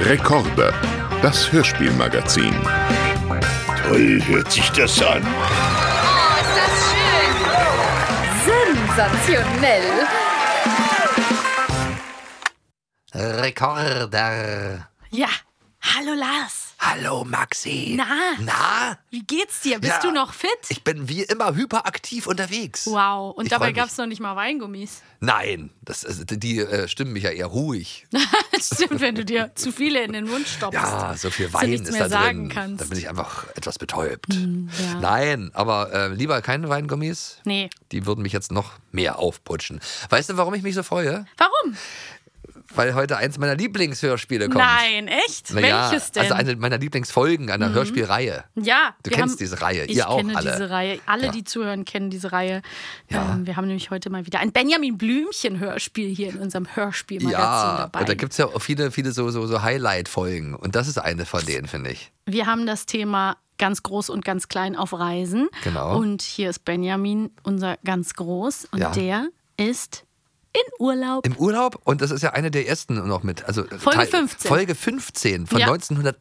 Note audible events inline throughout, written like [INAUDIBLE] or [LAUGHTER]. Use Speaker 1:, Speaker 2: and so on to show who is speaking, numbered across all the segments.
Speaker 1: Rekorde, das Hörspielmagazin.
Speaker 2: Toll Äh, hört sich das an.
Speaker 3: Oh, ist das schön! Sensationell!
Speaker 4: Rekorder.
Speaker 5: Ja. Hallo Lars.
Speaker 4: Hallo Maxi.
Speaker 5: Na?
Speaker 4: Na?
Speaker 5: Wie geht's dir?
Speaker 4: Ja.
Speaker 5: Bist du noch fit?
Speaker 4: Ich bin wie immer hyperaktiv unterwegs.
Speaker 5: wow. Und
Speaker 4: Ich
Speaker 5: dabei
Speaker 4: freu mich.
Speaker 5: gab's noch nicht mal Weingummis. [LAUGHS]
Speaker 4: Nein, das, also die äh, stimmen mich ja eher
Speaker 5: [LAUGHS]
Speaker 4: ruhig.
Speaker 5: Stimmt, wenn du dir zu viele in den Mund stopfst.
Speaker 4: Ja, so viel
Speaker 5: dass du
Speaker 4: Wein
Speaker 5: nichts
Speaker 4: ist da
Speaker 5: mehr
Speaker 4: drin.
Speaker 5: sagen kannst. Hm,
Speaker 4: Da bin ich einfach etwas betäubt.
Speaker 5: ja.
Speaker 4: Nein, aber äh, lieber keine Weingummis.
Speaker 5: Nee.
Speaker 4: Die würden mich jetzt noch mehr aufputschen. Weißt du, warum ich mich so freue?
Speaker 5: Warum?
Speaker 4: Weil heute eins meiner Lieblingshörspiele kommt.
Speaker 5: Nein, echt?
Speaker 4: Na ja,
Speaker 5: Welches denn? Mhm.
Speaker 4: Also eine meiner Lieblingsfolgen einer Hörspielreihe.
Speaker 5: ja,
Speaker 4: Du
Speaker 5: wir
Speaker 4: kennst
Speaker 5: haben,
Speaker 4: diese Reihe,
Speaker 5: Ich
Speaker 4: ihr auch
Speaker 5: kenne
Speaker 4: alle.
Speaker 5: diese Reihe. Alle,
Speaker 4: Ja.
Speaker 5: die zuhören, kennen diese Reihe.
Speaker 4: Ja.
Speaker 5: Ähm, wir haben nämlich heute mal wieder ein Benjamin Blümchen-Hörspiel hier in unserem Hörspielmagazin
Speaker 4: Ja,
Speaker 5: dabei.
Speaker 4: und da gibt es ja auch viele, viele so, so, so Highlight-Folgen. Und das ist eine von denen, finde ich.
Speaker 5: Wir haben das Thema ganz groß und ganz klein auf Reisen.
Speaker 4: Genau.
Speaker 5: Und hier ist Benjamin, unser ganz groß. Und
Speaker 4: Ja.
Speaker 5: der ist in Urlaub.
Speaker 4: Im Urlaub, und das ist ja eine der ersten noch mit. Also
Speaker 5: Folge 15.
Speaker 4: Folge 15 von
Speaker 5: Ja.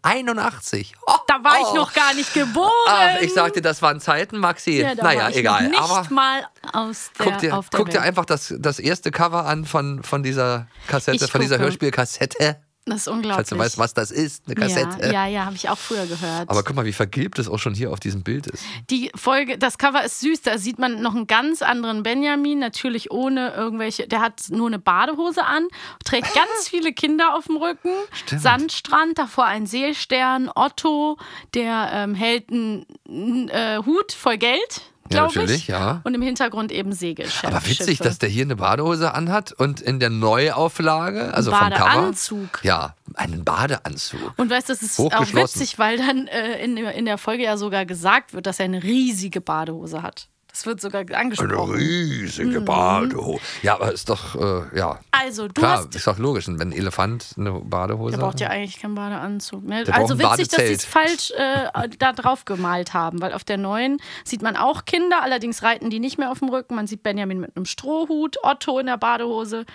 Speaker 4: 1981. Oh,
Speaker 5: da war
Speaker 4: oh.
Speaker 5: ich noch gar nicht geboren.
Speaker 4: Ach, ich sagte, das waren Zeiten, Maxi.
Speaker 5: ja, da
Speaker 4: naja,
Speaker 5: war ich
Speaker 4: egal.
Speaker 5: Noch nicht
Speaker 4: Aber
Speaker 5: mal aus der,
Speaker 4: guck dir,
Speaker 5: auf der
Speaker 4: guck dir
Speaker 5: Welt.
Speaker 4: einfach das, das erste Cover an von, von dieser Kassette,
Speaker 5: Ich
Speaker 4: von dieser
Speaker 5: gucke.
Speaker 4: Hörspielkassette.
Speaker 5: Das ist unglaublich.
Speaker 4: Falls du weißt, was das ist, eine Kassette.
Speaker 5: Ja, ja, ja habe ich auch früher gehört.
Speaker 4: Aber guck mal, wie vergilbt es auch schon hier auf diesem Bild ist.
Speaker 5: die Folge, das Cover ist süß, da sieht man noch einen ganz anderen Benjamin, natürlich ohne irgendwelche, der hat nur eine Badehose an,
Speaker 4: [LAUGHS]
Speaker 5: trägt ganz viele Kinder auf dem Rücken, Sandstrand, davor ein Seestern, Otto, der ähm, hält einen äh, Hut voll Geld,
Speaker 4: Ja,
Speaker 5: glaube
Speaker 4: natürlich,
Speaker 5: ich.
Speaker 4: ja.
Speaker 5: Und im Hintergrund eben Segelschiffe.
Speaker 4: Aber witzig, dass der hier eine Badehose anhat und in der Neuauflage, also vom Cover.
Speaker 5: Badeanzug.
Speaker 4: Ja, einen Badeanzug.
Speaker 5: Und weißt, das ist auch
Speaker 4: Hochgeschlossen.
Speaker 5: witzig, weil dann äh, in, der- in der Folge ja sogar gesagt wird, dass er eine riesige Badehose hat. Das wird sogar
Speaker 4: Eine
Speaker 5: angesprochen.
Speaker 4: riesige Badehose. Ja, aber ist doch, äh, ja.
Speaker 5: Mhm. Also, du
Speaker 4: Klar,
Speaker 5: hast
Speaker 4: ist doch logisch, wenn ein Elefant eine Badehose
Speaker 5: Der braucht ja
Speaker 4: hat.
Speaker 5: eigentlich keinen Badeanzug. Ne?
Speaker 4: Der braucht
Speaker 5: Also
Speaker 4: ein
Speaker 5: witzig, dass sie
Speaker 4: Badezelt.
Speaker 5: es falsch äh, da drauf gemalt haben, weil auf der neuen sieht man auch Kinder, allerdings reiten die nicht mehr auf dem Rücken. Man sieht Benjamin mit einem Strohhut, Otto in der Badehose,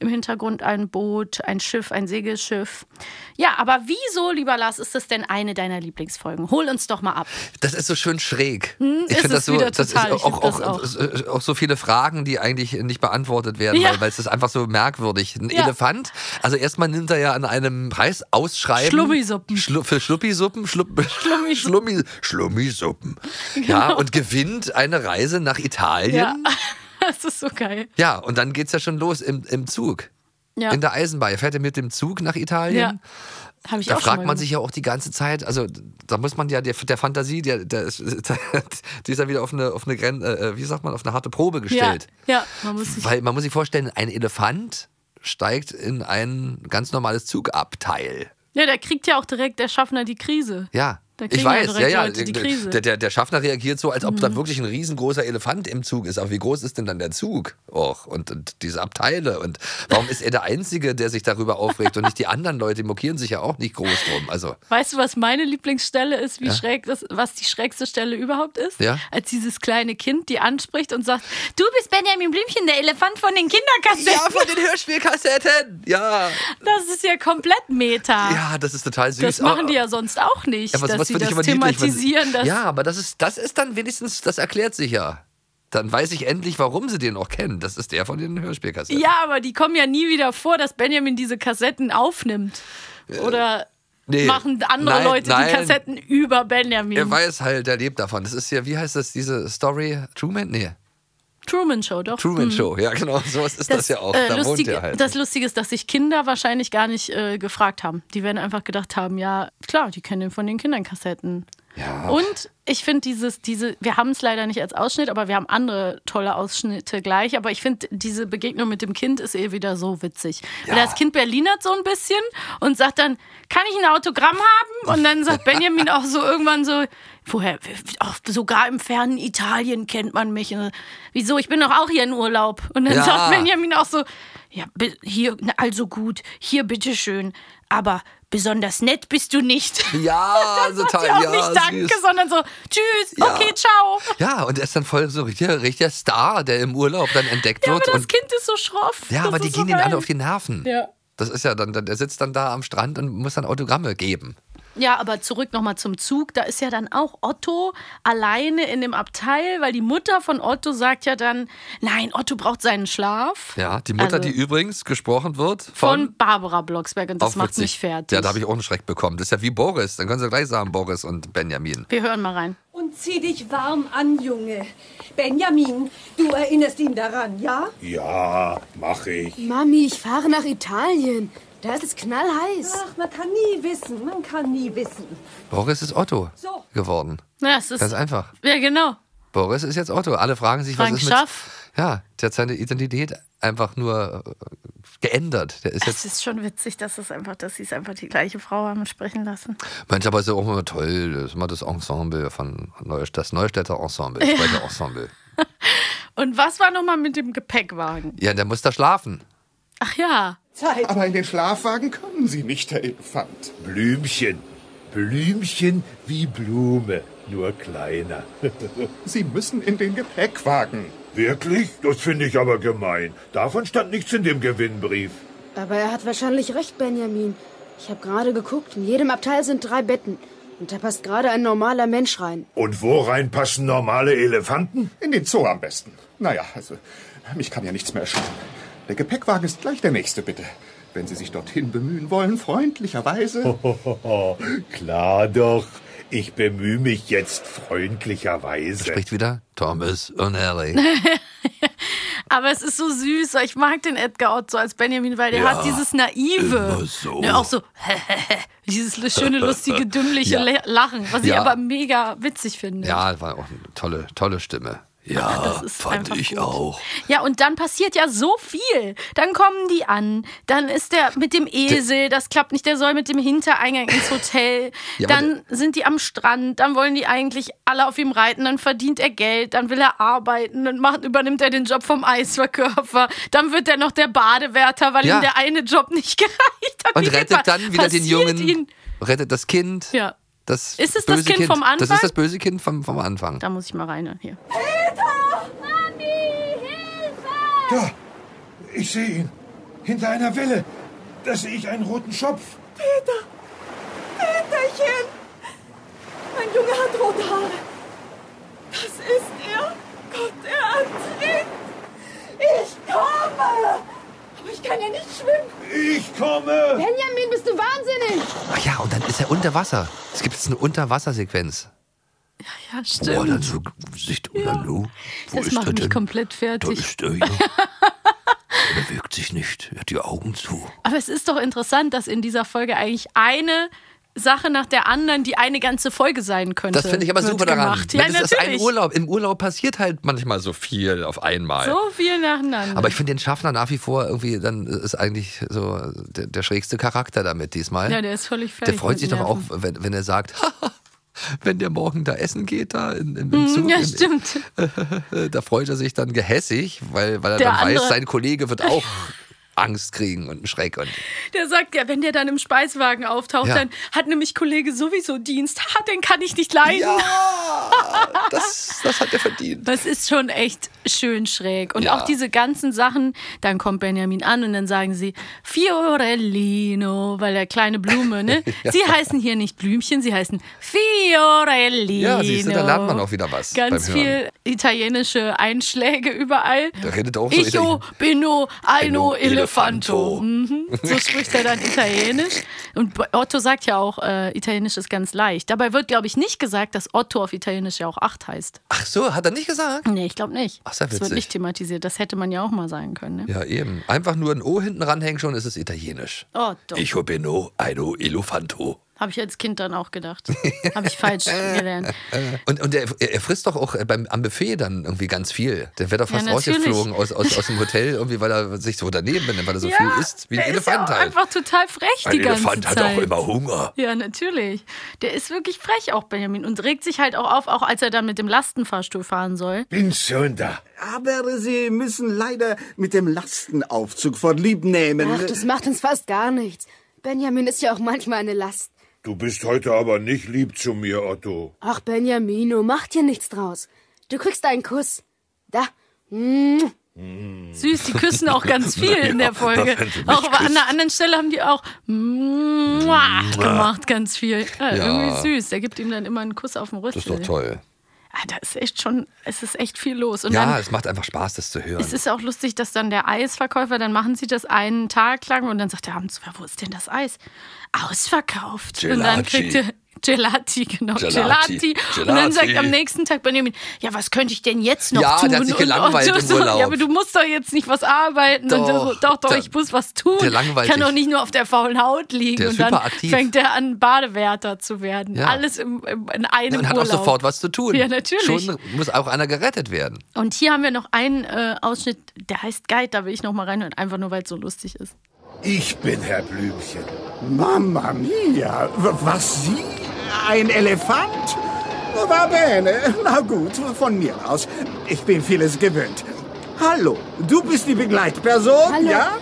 Speaker 5: im Hintergrund ein Boot, ein Schiff, ein Segelschiff. Ja, aber wieso, lieber Lars, ist das denn eine deiner Lieblingsfolgen? Hol uns doch mal ab.
Speaker 4: Das ist so schön schräg.
Speaker 5: Hm, ist
Speaker 4: find
Speaker 5: es wieder total, ich
Speaker 4: auch,
Speaker 5: lieb das
Speaker 4: auch, äh, auch. so viele Fragen, die eigentlich nicht beantwortet werden,
Speaker 5: Ja.
Speaker 4: weil, weil es ist einfach so merkwürdig. Ein
Speaker 5: Ja.
Speaker 4: Elefant, also erstmal nimmt er ja an einem Preis ausschreiben.
Speaker 5: Schlubbisuppen.
Speaker 4: Schlu für Schluppisuppen, Schlupp [LAUGHS] Schlummi
Speaker 5: [LAUGHS]
Speaker 4: Schlummisuppen. Ja, und gewinnt eine Reise nach Italien.
Speaker 5: Genau. Ja, [LAUGHS] das ist so geil.
Speaker 4: Ja, und dann geht's ja schon los im, im Zug.
Speaker 5: Ja.
Speaker 4: In der Eisenbahn. Er fährt ja mit dem Zug nach Italien.
Speaker 5: Ja. Hab ich
Speaker 4: Da
Speaker 5: auch schon
Speaker 4: fragt
Speaker 5: mal
Speaker 4: man
Speaker 5: gemacht.
Speaker 4: sich ja auch die ganze Zeit, also da muss man ja der, der Fantasie, der, der ist, [LAUGHS] die ist ja wieder auf eine, auf eine Gren, äh, wie sagt man, auf eine harte Probe gestellt.
Speaker 5: Ja, ja man muss sich
Speaker 4: Weil man muss sich vorstellen, ein Elefant steigt in ein ganz normales Zugabteil.
Speaker 5: ja, der kriegt ja auch direkt der Schaffner die Krise.
Speaker 4: Ja.
Speaker 5: Da kriegen
Speaker 4: ich
Speaker 5: ja
Speaker 4: weiß, ja,
Speaker 5: direkt
Speaker 4: ja.
Speaker 5: Leute die Krise. Mhm.
Speaker 4: der, der, der Schaffner reagiert so, als ob da wirklich ein riesengroßer Elefant im Zug ist. Aber wie groß ist denn dann der Zug? Och, und, und diese Abteile. Und warum ist er der Einzige, der sich darüber aufregt und nicht die anderen Leute? Die mokieren sich ja auch nicht groß drum. Also,
Speaker 5: Weißt du, was meine Lieblingsstelle ist, wie schräg das, was die schrägste Stelle überhaupt ist?
Speaker 4: Ja.
Speaker 5: Als dieses kleine Kind die anspricht und sagt, du bist Benjamin Blümchen, der Elefant von den Kinderkassetten.
Speaker 4: ja, von den Hörspielkassetten. Ja.
Speaker 5: Das ist ja komplett Meta.
Speaker 4: Ja, das ist total süß.
Speaker 5: Ah. das machen die
Speaker 4: Aber-
Speaker 5: ja sonst auch nicht,
Speaker 4: Ja, was- was
Speaker 5: dass sie
Speaker 4: find ich
Speaker 5: das
Speaker 4: immer niedlich, wenn-
Speaker 5: thematisieren. Dass,
Speaker 4: ja, aber das ist, das ist dann wenigstens, das erklärt sich ja. Dann weiß ich endlich, warum sie den auch kennen. Das ist der von den Hörspielkassetten.
Speaker 5: ja, aber die kommen ja nie wieder vor, dass Benjamin diese Kassetten aufnimmt. Oder
Speaker 4: Äh, nee.
Speaker 5: machen andere
Speaker 4: Nein,
Speaker 5: Leute
Speaker 4: nein.
Speaker 5: die Kassetten über Benjamin.
Speaker 4: Er weiß halt, er lebt davon. Das ist ja, wie heißt das, diese Story? Truman? Nee,
Speaker 5: Truman Show, doch.
Speaker 4: Truman Show. Ja, genau, sowas ist das, ja auch.
Speaker 5: Hm. äh,
Speaker 4: da wohnt
Speaker 5: Lustige,
Speaker 4: er halt.
Speaker 5: Das Lustige ist, dass sich Kinder wahrscheinlich gar nicht äh, gefragt haben. Die werden einfach gedacht haben, ja, klar, die kennen den von den Kinderkassetten.
Speaker 4: Ja.
Speaker 5: Und ich finde dieses, diese, wir haben es leider nicht als Ausschnitt, aber wir haben andere tolle Ausschnitte gleich. Aber ich finde, diese Begegnung mit dem Kind ist eh wieder so witzig. Weil das Kind Berlinert so ein bisschen und sagt dann, kann ich ein Autogramm haben? Und dann sagt Benjamin auch so irgendwann so, woher, auch sogar im fernen Italien kennt man mich. Und, Wieso, ich bin doch auch hier in Urlaub. Und dann
Speaker 4: Ja.
Speaker 5: sagt Benjamin auch so, ja, bi- hier, na, also gut, hier bitteschön, aber besonders nett bist du nicht. [LAUGHS]
Speaker 4: ja,
Speaker 5: Dann sagt
Speaker 4: total.
Speaker 5: sie auch
Speaker 4: ja,
Speaker 5: nicht Danke,
Speaker 4: süß.
Speaker 5: sondern so Tschüss,
Speaker 4: Ja.
Speaker 5: okay, ciao.
Speaker 4: Ja, und er ist dann voll so ein richtiger, richtiger Star, der im Urlaub dann entdeckt
Speaker 5: Ja, aber
Speaker 4: wird.
Speaker 5: das
Speaker 4: und,
Speaker 5: Kind ist so schroff.
Speaker 4: ja,
Speaker 5: das
Speaker 4: aber die
Speaker 5: ist
Speaker 4: gehen
Speaker 5: so
Speaker 4: ihm alle
Speaker 5: geil.
Speaker 4: auf die Nerven.
Speaker 5: Ja.
Speaker 4: Das ist ja dann, dann- der sitzt dann da am Strand und muss dann Autogramme geben.
Speaker 5: Ja, aber zurück nochmal zum Zug. Da ist ja dann auch Otto alleine in dem Abteil, weil die Mutter von Otto sagt ja dann, nein, Otto braucht seinen Schlaf.
Speaker 4: Ja, die Mutter,
Speaker 5: Also
Speaker 4: die übrigens gesprochen wird von,
Speaker 5: Von Barbara Blocksberg und das
Speaker 4: Auch
Speaker 5: macht
Speaker 4: witzig.
Speaker 5: mich fertig.
Speaker 4: Ja, da habe ich auch einen Schreck bekommen. Das ist ja wie Boris. Dann können Sie gleich sagen, Boris und Benjamin.
Speaker 5: Wir hören mal rein.
Speaker 6: Und zieh dich warm an, Junge. Benjamin, du erinnerst ihn daran, ja?
Speaker 2: Ja, mach ich.
Speaker 7: Mami, ich fahre nach Italien. Da ist es knallheiß.
Speaker 6: Ach, man kann nie wissen, man kann nie wissen.
Speaker 4: Boris ist Otto
Speaker 6: So.
Speaker 4: geworden.
Speaker 5: Ja, es ist,
Speaker 4: Ganz einfach.
Speaker 5: ja genau.
Speaker 4: Boris ist jetzt Otto. Alle fragen sich,
Speaker 5: Frank
Speaker 4: was ist
Speaker 5: Schaff.
Speaker 4: mit... Ja, der hat seine Identität einfach nur äh, geändert. Der ist jetzt...
Speaker 5: Es ist schon witzig, dass es einfach, dass sie es einfach die gleiche Frau haben sprechen lassen. [LAUGHS]
Speaker 4: Mensch, aber ist ja auch immer toll. Das ist immer das Ensemble von Neustadt, das Neustädter Ensemble. Das Breiter Ensemble.
Speaker 5: Und was war nochmal mit dem Gepäckwagen?
Speaker 4: Ja, der muss da schlafen.
Speaker 5: Ach ja.
Speaker 6: Zeit.
Speaker 8: Aber in den Schlafwagen kommen Sie nicht, Herr Elefant.
Speaker 2: Blümchen. Blümchen wie Blume, nur
Speaker 8: [LAUGHS]
Speaker 2: kleiner.
Speaker 8: Sie müssen in den Gepäckwagen.
Speaker 2: Wirklich? Das finde ich aber gemein. Davon stand nichts in dem Gewinnbrief.
Speaker 7: Aber er hat wahrscheinlich recht, Benjamin. Ich habe gerade geguckt. In jedem Abteil sind drei Betten. Und da passt gerade ein normaler Mensch rein.
Speaker 2: Und wo rein passen normale Elefanten?
Speaker 8: In den Zoo am besten. Naja, also, mich kann ja nichts mehr erschrecken. Der Gepäckwagen ist gleich der nächste, bitte. Wenn Sie sich dorthin bemühen wollen, freundlicherweise.
Speaker 2: [LAUGHS] Klar doch. Ich bemühe mich jetzt freundlicherweise.
Speaker 4: Spricht wieder Thomas und
Speaker 5: [LAUGHS]
Speaker 4: Harry.
Speaker 5: Aber es ist so süß. Ich mag den Edgar Ott so als Benjamin, weil der
Speaker 4: Ja,
Speaker 5: hat dieses naive.
Speaker 4: immer so.
Speaker 5: Ja, auch so. [LAUGHS] dieses schöne, lustige,
Speaker 4: [LAUGHS]
Speaker 5: dümmliche
Speaker 4: Ja.
Speaker 5: Le- Lachen, was ich
Speaker 4: Ja.
Speaker 5: aber mega witzig finde.
Speaker 4: Ja, war auch eine tolle, tolle Stimme. Ja,
Speaker 5: Das ist einfach gut. Ja, und dann passiert ja so viel. Dann kommen die an, dann ist der mit dem Esel, das klappt nicht, der soll mit dem Hintereingang ins Hotel.
Speaker 4: [LAUGHS] Ja, aber
Speaker 5: dann sind die am Strand, dann wollen die eigentlich alle auf ihm reiten, dann verdient er Geld, dann will er arbeiten, dann macht, übernimmt er den Job vom Eisverkäufer, dann wird er noch der Badewärter, weil
Speaker 4: Ja.
Speaker 5: ihm der eine Job nicht [LAUGHS] gereicht hat. Wie
Speaker 4: Und
Speaker 5: viel pa-
Speaker 4: rettet dann wieder den
Speaker 5: passiert
Speaker 4: Jungen,
Speaker 5: Ihnen?
Speaker 4: rettet das Kind.
Speaker 5: Ja.
Speaker 4: Das
Speaker 5: Ist es das
Speaker 4: böse
Speaker 5: Kind vom
Speaker 4: Das ist
Speaker 5: Anfang?
Speaker 4: das böse Kind vom, vom Anfang.
Speaker 5: Da muss ich mal rein, hier.
Speaker 2: Da, ich sehe ihn. Hinter einer Welle. Da sehe ich einen roten Schopf.
Speaker 6: Peterchen! Mein Junge hat rote Haare. Das ist er. Gott, er ertrinkt. Ich komme! Aber ich kann ja nicht schwimmen.
Speaker 2: Ich komme!
Speaker 7: Benjamin, bist du wahnsinnig?
Speaker 4: Ach ja, und dann ist er unter Wasser. Es gibt jetzt eine Unterwassersequenz. Oh,
Speaker 5: Ja, stimmt.
Speaker 4: dann so Sicht ja. Lou. Wo
Speaker 5: das macht mich komplett fertig. [LAUGHS]
Speaker 4: er ja. Er bewegt sich nicht. Er hat die Augen zu.
Speaker 5: Aber es ist doch interessant, dass in dieser Folge eigentlich eine Sache nach der anderen, die eine ganze Folge sein könnte.
Speaker 4: Das finde ich aber
Speaker 5: wird
Speaker 4: super daran.
Speaker 5: Also, gemacht. Ja,
Speaker 4: das ist ein
Speaker 5: natürlich.
Speaker 4: Urlaub. Im Urlaub passiert halt manchmal so viel auf einmal.
Speaker 5: So viel nacheinander.
Speaker 4: Aber ich finde den Schaffner nach wie vor irgendwie, dann ist eigentlich so der, der schrägste Charakter damit diesmal.
Speaker 5: ja, der ist völlig fertig.
Speaker 4: Der freut
Speaker 5: mit
Speaker 4: sich doch auch,
Speaker 5: Nerven.
Speaker 4: wenn, wenn er sagt, [LAUGHS] wenn der morgen da essen geht, da in, in, im Zug.
Speaker 5: Mhm, ja,
Speaker 4: im-
Speaker 5: stimmt.
Speaker 4: da freut er sich dann gehässig, weil, weil er
Speaker 5: Der
Speaker 4: dann weiß,
Speaker 5: andere-
Speaker 4: sein Kollege wird
Speaker 5: [LAUGHS]
Speaker 4: auch Angst kriegen und einen Schreck. Und
Speaker 5: Der sagt ja, wenn der dann im Speiswagen auftaucht,
Speaker 4: Ja.
Speaker 5: dann hat nämlich Kollege sowieso Dienst. Ha, den kann ich nicht leiden.
Speaker 4: das, das hat er verdient.
Speaker 5: Das ist schon echt schön schräg. Und
Speaker 4: Ja.
Speaker 5: auch diese ganzen Sachen, dann kommt Benjamin an und dann sagen sie Fiorellino, weil der kleine Blume,
Speaker 4: [LAUGHS]
Speaker 5: ne? Sie heißen hier nicht Blümchen, sie heißen Fiorellino.
Speaker 4: Ja, siehst du, da lernt man auch wieder was
Speaker 5: Ganz
Speaker 4: beim
Speaker 5: viel
Speaker 4: Hören.
Speaker 5: italienische Einschläge überall. oh,
Speaker 4: Da redet er auch so
Speaker 5: Icho,
Speaker 4: Italien- Benno
Speaker 5: Benno, Aino, oh, Elefanto.
Speaker 4: Elefanto.
Speaker 5: Mhm.
Speaker 4: [LAUGHS]
Speaker 5: So spricht er dann Italienisch. Und Otto sagt ja auch, äh, Italienisch ist ganz leicht. Dabei wird, glaube ich, nicht gesagt, dass Otto auf Italienisch ja auch acht heißt.
Speaker 4: Ach so, hat er nicht gesagt?
Speaker 5: Nee, ich glaube nicht.
Speaker 4: Ach, sehr
Speaker 5: das wird
Speaker 4: witzig.
Speaker 5: nicht thematisiert. Das hätte man ja auch mal sagen können. Ne?
Speaker 4: Ja, eben. Einfach nur ein O hinten ranhängen, schon ist es italienisch.
Speaker 5: Oh, doch.
Speaker 4: Ich hobeno, eino, elefanto.
Speaker 5: Habe ich als Kind dann
Speaker 4: [LAUGHS]
Speaker 5: auch gedacht. Habe ich falsch gelernt.
Speaker 4: Äh, Und, und er, er frisst doch auch äh, beim, am Buffet dann irgendwie ganz viel. Der wird doch fast
Speaker 5: Ja, natürlich.
Speaker 4: rausgeflogen aus, aus, aus dem Hotel, irgendwie, weil er sich so daneben benimmt, weil er so viel isst, wie ein
Speaker 5: der
Speaker 4: Elefant
Speaker 5: ist ja auch
Speaker 4: halt.
Speaker 5: einfach total frech die ganze Zeit.
Speaker 4: Hunger.
Speaker 5: Ja, natürlich. Der ist wirklich frech, auch Benjamin. Und regt sich halt auch auf, auch als er dann mit dem Lastenfahrstuhl fahren soll.
Speaker 2: Bin schon da.
Speaker 9: Aber Sie müssen leider mit dem Lastenaufzug vorlieb nehmen.
Speaker 7: Ach, das macht uns fast gar nichts. Benjamin ist ja auch manchmal eine Last.
Speaker 2: Du bist heute aber nicht lieb zu mir, Otto.
Speaker 7: Ach, Benjamino, mach dir nichts draus. Du kriegst einen Kuss. Da. Mm.
Speaker 4: Hm.
Speaker 5: Süß, die küssen auch
Speaker 4: [LAUGHS]
Speaker 5: ganz viel in der Folge.
Speaker 4: wenn du mich
Speaker 5: Auch an
Speaker 4: küsst.
Speaker 5: einer anderen Stelle haben die auch Mua gemacht, ganz viel. Ja, Irgendwie süß. Er gibt ihm dann immer einen Kuss auf den Rüssel.
Speaker 4: Das ist doch toll.
Speaker 5: Ah, da ist echt schon, es ist echt viel los. Und
Speaker 4: Ja,
Speaker 5: dann
Speaker 4: es macht einfach Spaß, das zu hören.
Speaker 5: es ist auch lustig, dass dann der Eisverkäufer, dann machen sie das einen Tag lang und dann sagt der abends, wo ist denn das Eis? Ausverkauft. Und
Speaker 4: Gelati.
Speaker 5: dann kriegt er Gelati, genau.
Speaker 4: Gelati.
Speaker 5: Gelati. Und dann sagt
Speaker 4: Gelati.
Speaker 5: am nächsten Tag Benjamin, ja, was könnte ich denn jetzt noch
Speaker 4: Ja,
Speaker 5: tun?
Speaker 4: der hat sich gelangweilt
Speaker 5: und,
Speaker 4: im
Speaker 5: so,
Speaker 4: Urlaub.
Speaker 5: Ja, aber du musst doch jetzt nicht was arbeiten. und
Speaker 4: Doch,
Speaker 5: so, doch, doch,
Speaker 4: der-
Speaker 5: ich muss was tun.
Speaker 4: der langweilt
Speaker 5: ich kann doch
Speaker 4: sich.
Speaker 5: nicht nur auf der faulen Haut liegen.
Speaker 4: Der ist
Speaker 5: und dann
Speaker 4: hyperaktiv.
Speaker 5: fängt er an, Badewärter zu werden.
Speaker 4: Ja.
Speaker 5: Alles im, im, in einem
Speaker 4: und hat auch
Speaker 5: Urlaub.
Speaker 4: sofort was zu tun.
Speaker 5: Ja, natürlich.
Speaker 4: Schon muss auch einer gerettet werden.
Speaker 5: Und hier haben wir noch einen äh, Ausschnitt, der heißt Guide, da will ich noch mal rein und einfach nur, weil es so lustig ist.
Speaker 2: Ich bin Herr Blümchen.
Speaker 9: Mamma mia, w- was Sie? Ein Elefant? Va bene, na gut, von mir aus. Ich bin vieles gewöhnt. Hallo, du bist die Begleitperson,
Speaker 7: Hallo.
Speaker 9: ja?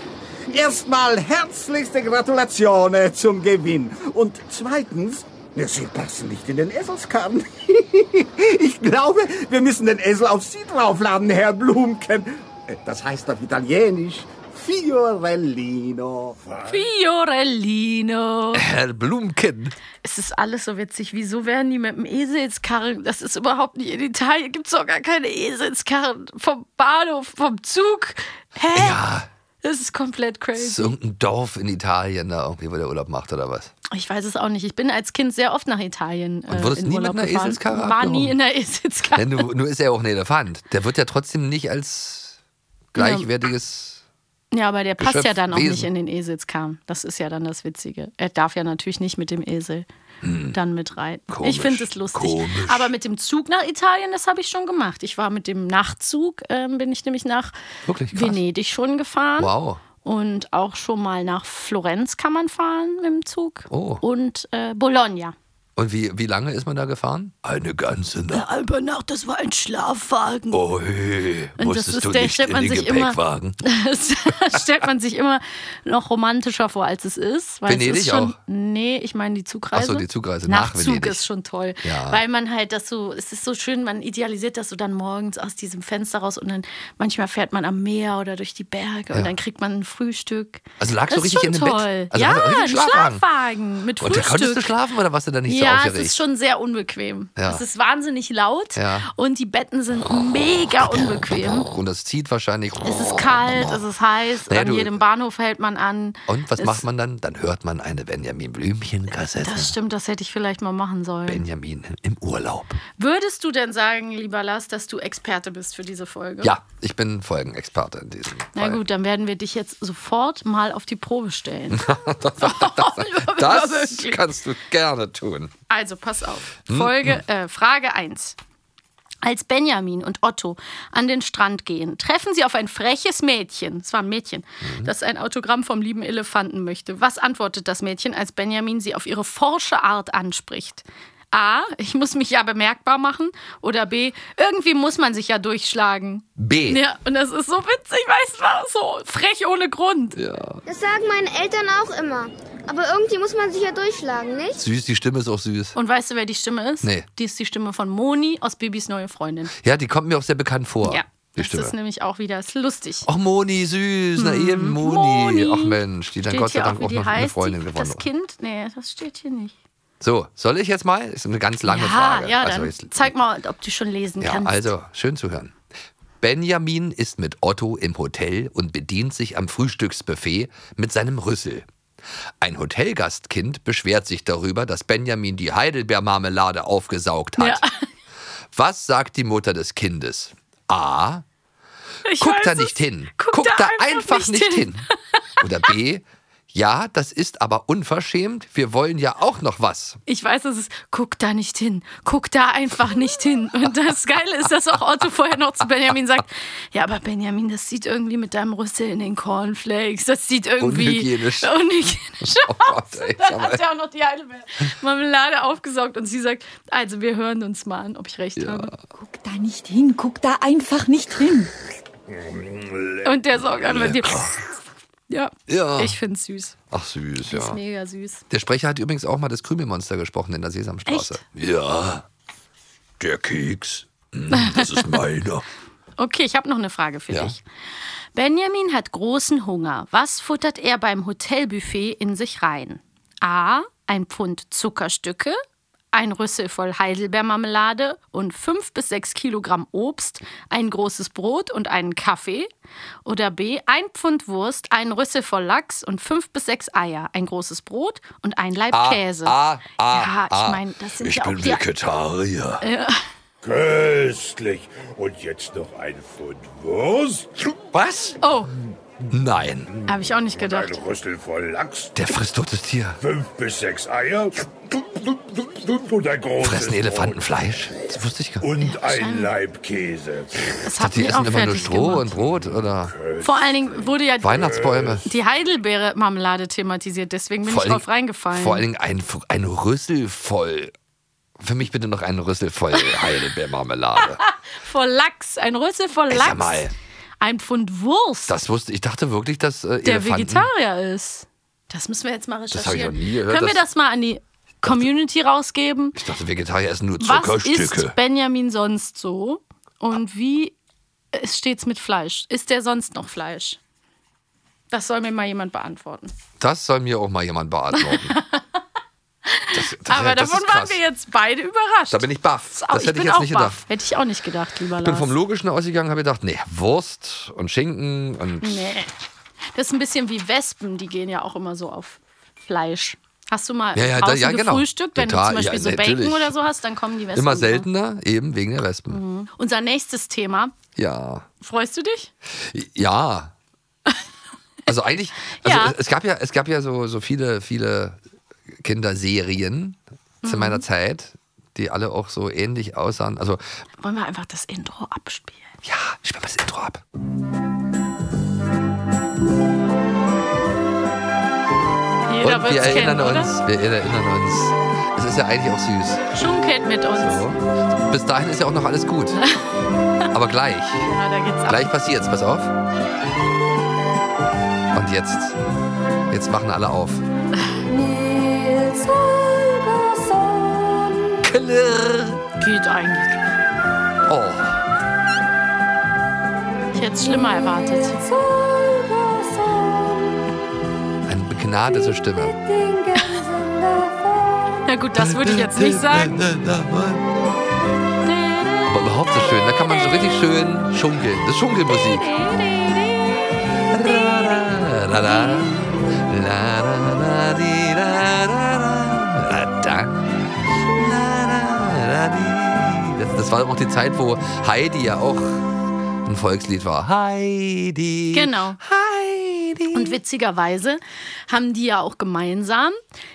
Speaker 9: Erstmal herzlichste Gratulation zum Gewinn. Und zweitens, Sie passen nicht in den Eselskarren. [LAUGHS] Ich glaube, wir müssen den Esel auf Sie draufladen, Herr Blumken. Äh, Das heißt auf Italienisch Fiorellino.
Speaker 5: Fiorellino.
Speaker 4: Herr Blumken.
Speaker 5: Es ist alles so witzig. Wieso werden die mit dem Eselskarren? Das ist überhaupt nicht in Italien. Gibt es doch gar keine Eselskarren. Vom Bahnhof, vom Zug. Hä? Ja. Das ist komplett crazy.
Speaker 4: Das ist irgendein Dorf in Italien, da irgendwie, wo der Urlaub macht oder was.
Speaker 5: Ich weiß es auch nicht. Ich bin als Kind sehr oft nach Italien. Und
Speaker 4: wurdest
Speaker 5: in
Speaker 4: nie mit
Speaker 5: Urlaub
Speaker 4: einer
Speaker 5: gefahren.
Speaker 4: Eselskarre
Speaker 5: War
Speaker 4: abgehoben?
Speaker 5: nie in der
Speaker 4: Ja,
Speaker 5: Eselskarre.
Speaker 4: nur, nur ist er auch ein Elefant. Der wird ja trotzdem nicht als gleichwertiges.
Speaker 5: Ja, aber der passt
Speaker 4: Geschöpf,
Speaker 5: ja dann auch
Speaker 4: Wesen.
Speaker 5: nicht in den Eselskram. Das ist ja dann das Witzige. Er darf ja natürlich nicht mit dem Esel dann mit reiten.
Speaker 4: Hm. Komisch,
Speaker 5: ich finde es lustig.
Speaker 4: komisch.
Speaker 5: Aber mit dem Zug nach Italien, das habe ich schon gemacht. Ich war mit dem Nachtzug, ähm, bin ich nämlich nach
Speaker 4: Wirklich krass.
Speaker 5: Venedig schon gefahren.
Speaker 4: Wow.
Speaker 5: Und auch schon mal nach Florenz kann man fahren mit dem Zug.
Speaker 4: Oh.
Speaker 5: Und äh, Bologna.
Speaker 4: Und wie, wie lange ist man da gefahren? Eine ganze Nacht.
Speaker 5: Halbe Nacht, das war ein Schlafwagen.
Speaker 4: Oh, hey,
Speaker 5: Und das ist, der stellt man sich immer, [LAUGHS] das [LAUGHS] stellt man sich immer noch romantischer vor, als es ist. Weil
Speaker 4: Venedig
Speaker 5: es ist schon,
Speaker 4: auch?
Speaker 5: Nee, ich meine die Zugreise.
Speaker 4: Ach so, die Zugreise nach
Speaker 5: Nachtzug
Speaker 4: Venedig.
Speaker 5: ist schon toll.
Speaker 4: Ja.
Speaker 5: Weil man halt das so, es ist so schön, man idealisiert das so dann morgens aus diesem Fenster raus und dann manchmal fährt man am Meer oder durch die Berge und dann kriegt man ein Frühstück.
Speaker 4: Also lagst du
Speaker 5: das
Speaker 4: richtig
Speaker 5: ist schon
Speaker 4: in dem Bett?
Speaker 5: toll.
Speaker 4: Also
Speaker 5: ja,
Speaker 4: hast du richtig
Speaker 5: ein
Speaker 4: Schlafwagen?
Speaker 5: Schlafwagen. mit
Speaker 4: Und da
Speaker 5: Frühstück.
Speaker 4: konntest du schlafen oder warst du da nicht so
Speaker 5: Ja, es ist
Speaker 4: aufgeregt?
Speaker 5: schon sehr unbequem.
Speaker 4: Ja.
Speaker 5: Es ist wahnsinnig laut
Speaker 4: Ja. Oh.
Speaker 5: und die Betten sind mega unbequem.
Speaker 4: Und das zieht wahrscheinlich.
Speaker 5: Es ist kalt, es ist heiß,
Speaker 4: Oh, Naja,
Speaker 5: an
Speaker 4: du-
Speaker 5: jedem Bahnhof hält man an.
Speaker 4: Und was
Speaker 5: es,
Speaker 4: macht man dann? Dann hört man eine Benjamin Blümchen-Kassette.
Speaker 5: Das stimmt, das hätte ich vielleicht mal machen sollen.
Speaker 4: Benjamin im Urlaub.
Speaker 5: Würdest du denn sagen, lieber Lars, dass du Experte bist für diese Folge?
Speaker 4: Ja, ich bin Folgenexperte in diesem Fall.
Speaker 5: Na
Speaker 4: [LAUGHS]
Speaker 5: gut, dann werden wir dich jetzt sofort mal auf die Probe stellen. [LAUGHS]
Speaker 4: Das
Speaker 5: Wirklich.
Speaker 4: kannst du gerne tun.
Speaker 5: Also, pass auf. Folge, äh, Frage 1. Als Benjamin und Otto an den Strand gehen, treffen sie auf ein freches Mädchen, es war ein Mädchen, das ein Autogramm vom lieben Elefanten möchte. Was antwortet das Mädchen, als Benjamin sie auf ihre forsche Art anspricht? A, ich muss mich ja bemerkbar machen. Oder B, irgendwie muss man sich ja durchschlagen.
Speaker 4: B.
Speaker 5: Ja, und das ist so witzig, weißt du, so frech ohne Grund.
Speaker 10: Das sagen meine Eltern auch immer. Aber irgendwie muss man sich ja durchschlagen, nicht?
Speaker 4: Süß, die Stimme ist auch süß.
Speaker 5: Und weißt du, wer die Stimme ist?
Speaker 4: Nee.
Speaker 5: Die ist die Stimme von Moni aus Bibis neue Freundin.
Speaker 4: Ja, die kommt mir auch sehr bekannt vor.
Speaker 5: Ja,
Speaker 4: die
Speaker 5: das ist
Speaker 4: Stimme. Oh,
Speaker 5: nämlich auch wieder ist lustig.
Speaker 4: Ach, Moni, süß. Na eben, Moni.
Speaker 5: Hm, Moni.
Speaker 4: Ach Mensch, die dann
Speaker 5: Steht
Speaker 4: Gott sei
Speaker 5: hier
Speaker 4: Dank
Speaker 5: wie
Speaker 4: auch
Speaker 5: die
Speaker 4: noch eine
Speaker 5: heißt,
Speaker 4: Freundin
Speaker 5: die,
Speaker 4: gewonnen
Speaker 5: Das Kind? Nee, das steht hier nicht.
Speaker 4: So, soll ich jetzt mal? Ist eine ganz lange
Speaker 5: ja,
Speaker 4: Frage.
Speaker 5: ja,
Speaker 4: also
Speaker 5: dann
Speaker 4: jetzt,
Speaker 5: zeig mal, ob du schon lesen
Speaker 4: ja,
Speaker 5: kannst.
Speaker 4: also schön zu hören. Benjamin ist mit Otto im Hotel und bedient sich am Frühstücksbuffet mit seinem Rüssel. Ein Hotelgastkind beschwert sich darüber, dass Benjamin die Heidelbeermarmelade aufgesaugt hat. Was sagt die Mutter des Kindes? A.
Speaker 5: [LAUGHS] ich
Speaker 4: Guck
Speaker 5: weiß
Speaker 4: da
Speaker 5: es.
Speaker 4: nicht hin. Guck, da, einfach, nicht hin. Oder B. Ja, das ist aber unverschämt. Wir wollen ja auch noch
Speaker 5: [LAUGHS]
Speaker 4: was.
Speaker 5: Ich weiß, es ist, guck da nicht hin. Guck da einfach nicht hin. Und das Geile ist, dass auch Otto vorher noch zu Benjamin sagt: Ja, aber Benjamin, das sieht irgendwie mit deinem Rüssel in den Cornflakes. Das sieht irgendwie.
Speaker 4: Unhygienisch. [LAUGHS]
Speaker 5: Unhygienisch
Speaker 4: Oh
Speaker 5: aus.
Speaker 4: Gott, ey,
Speaker 5: Und dann
Speaker 4: aber-
Speaker 5: hat er auch noch die Heidelbeermarmelade aufgesaugt. Und sie sagt: Also, wir hören uns mal an, ob ich recht habe.
Speaker 6: Guck da nicht hin, guck da einfach nicht hin.
Speaker 5: Und der saugt einfach dir. Ja.
Speaker 4: Ja. Ah.
Speaker 5: Ich find's süß.
Speaker 4: Ach süß,
Speaker 5: Ist
Speaker 4: ja.
Speaker 5: mega süß.
Speaker 4: Der Sprecher hat übrigens auch mal das Krümelmonster gesprochen in der Sesamstraße. Ja, der Keks. Hm, Das ist meiner.
Speaker 5: Okay, ich habe noch eine Frage für
Speaker 4: Ja.
Speaker 5: dich. Benjamin hat großen Hunger. Was futtert er beim Hotelbuffet in sich rein? A. Ein Pfund Zuckerstücke, ein Rüssel voll Heidelbeermarmelade und fünf bis sechs Kilogramm Obst, ein großes Brot und einen Kaffee. Oder B. Ein Pfund Wurst, ein Rüssel voll Lachs und fünf bis sechs Eier, ein großes Brot und ein Laib
Speaker 4: A,
Speaker 5: Käse.
Speaker 4: A, A,
Speaker 5: ja,
Speaker 4: A.
Speaker 5: ich meine, das sind
Speaker 4: Ich
Speaker 5: ja auch
Speaker 4: bin
Speaker 5: die Äh,
Speaker 4: Vegetarier.
Speaker 2: Köstlich. Und jetzt noch ein Pfund Wurst,
Speaker 4: Was?
Speaker 5: Oh,
Speaker 4: Nein.
Speaker 5: habe ich auch nicht
Speaker 2: ein
Speaker 5: gedacht.
Speaker 2: Rüssel voll Lachs,
Speaker 4: Der frisst totes Tier.
Speaker 2: fünf bis sechs Eier und ein großes
Speaker 4: Fressen
Speaker 2: Brot.
Speaker 4: Elefanten Fleisch? Das wusste ich gar nicht.
Speaker 2: Und ein Leib Käse.
Speaker 5: Das
Speaker 4: Ach,
Speaker 5: hat
Speaker 4: die
Speaker 5: mich auch
Speaker 4: essen immer nur
Speaker 5: fertig
Speaker 4: Stroh
Speaker 5: gemacht.
Speaker 4: und Brot oder
Speaker 5: Vor allen Dingen wurde ja
Speaker 4: Weihnachtsbäume.
Speaker 5: die Heidelbeere-Marmelade thematisiert, deswegen bin
Speaker 4: Vor
Speaker 5: ich
Speaker 4: allen
Speaker 5: drauf
Speaker 4: Dingen-
Speaker 5: reingefallen.
Speaker 4: Vor allen Dingen ein, ein Rüssel voll. Für mich bitte noch einen Rüssel
Speaker 5: [LAUGHS]
Speaker 4: voll Heidelbeermarmelade.
Speaker 5: voll Lachs, ein Rüssel voll
Speaker 4: Ey,
Speaker 5: Lachs.
Speaker 4: sag mal.
Speaker 5: Ein Pfund Wurst,
Speaker 4: Das wusste ich. dachte wirklich, dass äh,
Speaker 5: der
Speaker 4: Elefanten.
Speaker 5: Vegetarier ist. Das müssen wir jetzt mal recherchieren.
Speaker 4: Das habe ich noch nie gehört,
Speaker 5: Können wir
Speaker 4: dass-
Speaker 5: das mal an die Community rausgeben?
Speaker 4: Ich dachte, Vegetarier essen nur
Speaker 5: Was
Speaker 4: Zuckerstücke.
Speaker 5: ist Benjamin sonst so? Und wie äh, steht's mit Fleisch? Ist der sonst noch Fleisch? Das soll mir mal jemand beantworten.
Speaker 4: Das soll mir auch mal jemand
Speaker 5: [LAUGHS]
Speaker 4: beantworten. Das, das,
Speaker 5: Aber
Speaker 4: das
Speaker 5: davon
Speaker 4: ist
Speaker 5: waren
Speaker 4: krass.
Speaker 5: wir jetzt beide überrascht.
Speaker 4: Da bin ich baff.
Speaker 5: Sau,
Speaker 4: Das hätte ich,
Speaker 5: bin
Speaker 4: jetzt
Speaker 5: auch
Speaker 4: nicht
Speaker 5: baff.
Speaker 4: gedacht.
Speaker 5: Hätte ich auch nicht gedacht, lieber
Speaker 4: Ich bin
Speaker 5: Lars.
Speaker 4: vom Logischen ausgegangen, habe gedacht, nee, Wurst und Schinken und
Speaker 5: nee. Das ist ein bisschen wie Wespen, die gehen ja auch immer so auf Fleisch. Hast du mal
Speaker 4: Ja, ja, da-
Speaker 5: draußen
Speaker 4: ja, genau.
Speaker 5: gefrühstückt? Wenn
Speaker 4: Total,
Speaker 5: du zum Beispiel
Speaker 4: ja,
Speaker 5: so Bacon
Speaker 4: natürlich.
Speaker 5: oder so Mhm. hast, dann kommen die Wespen.
Speaker 4: immer
Speaker 5: wieder.
Speaker 4: seltener, eben wegen der Wespen.
Speaker 5: Unser nächstes Thema.
Speaker 4: Ja.
Speaker 5: Freust du dich?
Speaker 4: Ja. Also
Speaker 5: [LAUGHS]
Speaker 4: eigentlich, also
Speaker 5: Ja.
Speaker 4: es- es gab ja, es gab ja so, so viele, viele Kinderserien zu
Speaker 5: Mhm.
Speaker 4: meiner Zeit, die alle auch so ähnlich aussahen. Also,
Speaker 5: Wollen wir einfach das Intro abspielen?
Speaker 4: ja, ich mal das Intro ab.
Speaker 5: Jeder
Speaker 4: Und wir
Speaker 5: wird's kennen,
Speaker 4: erinnern
Speaker 5: oder?
Speaker 4: uns, wir erinnern uns. Es ist ja eigentlich auch süß.
Speaker 5: Schunkelt mit uns.
Speaker 4: So. Bis dahin ist ja auch noch alles
Speaker 5: [LAUGHS]
Speaker 4: gut. Aber gleich,
Speaker 5: Ja, da geht's ab.
Speaker 4: gleich passiert's, pass auf. Und jetzt, jetzt machen alle auf. Klirr.
Speaker 5: Geht eigentlich.
Speaker 4: Oh,
Speaker 5: Ich hätte es schlimmer erwartet.
Speaker 4: eine begnadete Stimme.
Speaker 5: Na gut, das würde ich jetzt nicht sagen.
Speaker 4: Aber überhaupt so schön, da kann man so richtig schön schunkeln. Das ist Schunkelmusik. Ra, ra, ra, la, ra, ra, di, ra, ra, ra, ra, da. La, ra, ra, di. Das- Das war auch die Zeit, wo Heidi ja auch ein Volkslied war. Heidi.
Speaker 5: Genau.
Speaker 4: Heidi.
Speaker 5: Und witzigerweise haben die ja auch gemeinsam.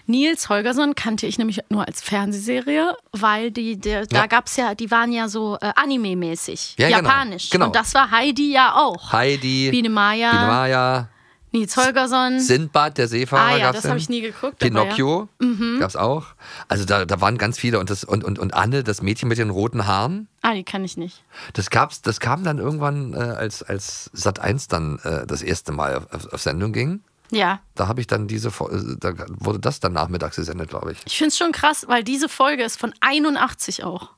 Speaker 5: Nils Holgersson kannte ich nämlich nur als Fernsehserie, weil die, der, da
Speaker 4: Ja.
Speaker 5: gab's ja, die waren ja so äh, anime-mäßig,
Speaker 4: Ja, genau.
Speaker 5: japanisch.
Speaker 4: Genau.
Speaker 5: Und das war Heidi ja auch.
Speaker 4: Heidi.
Speaker 5: Biene Maya,
Speaker 4: Biene Maya.
Speaker 5: Nils Holgersson.
Speaker 4: Sindbad, der Seefahrer.
Speaker 5: Ah ja,
Speaker 4: gab's
Speaker 5: das
Speaker 4: denn.
Speaker 5: hab ich nie geguckt, aber Mhm.
Speaker 4: Pinocchio gab's auch. Also da, da waren ganz viele. Und, das, und, und, und Anne, das Mädchen mit den roten Haaren,
Speaker 5: ah, die kann ich nicht.
Speaker 4: das, gab's, das kam dann irgendwann, äh, als, als Sat 1 dann äh, das erste Mal auf, auf, auf Sendung ging.
Speaker 5: Ja,
Speaker 4: Da habe ich dann diese, Fo- äh, da wurde das dann nachmittags gesendet, glaube ich.
Speaker 5: ich find's schon krass, weil diese Folge ist von 81 auch.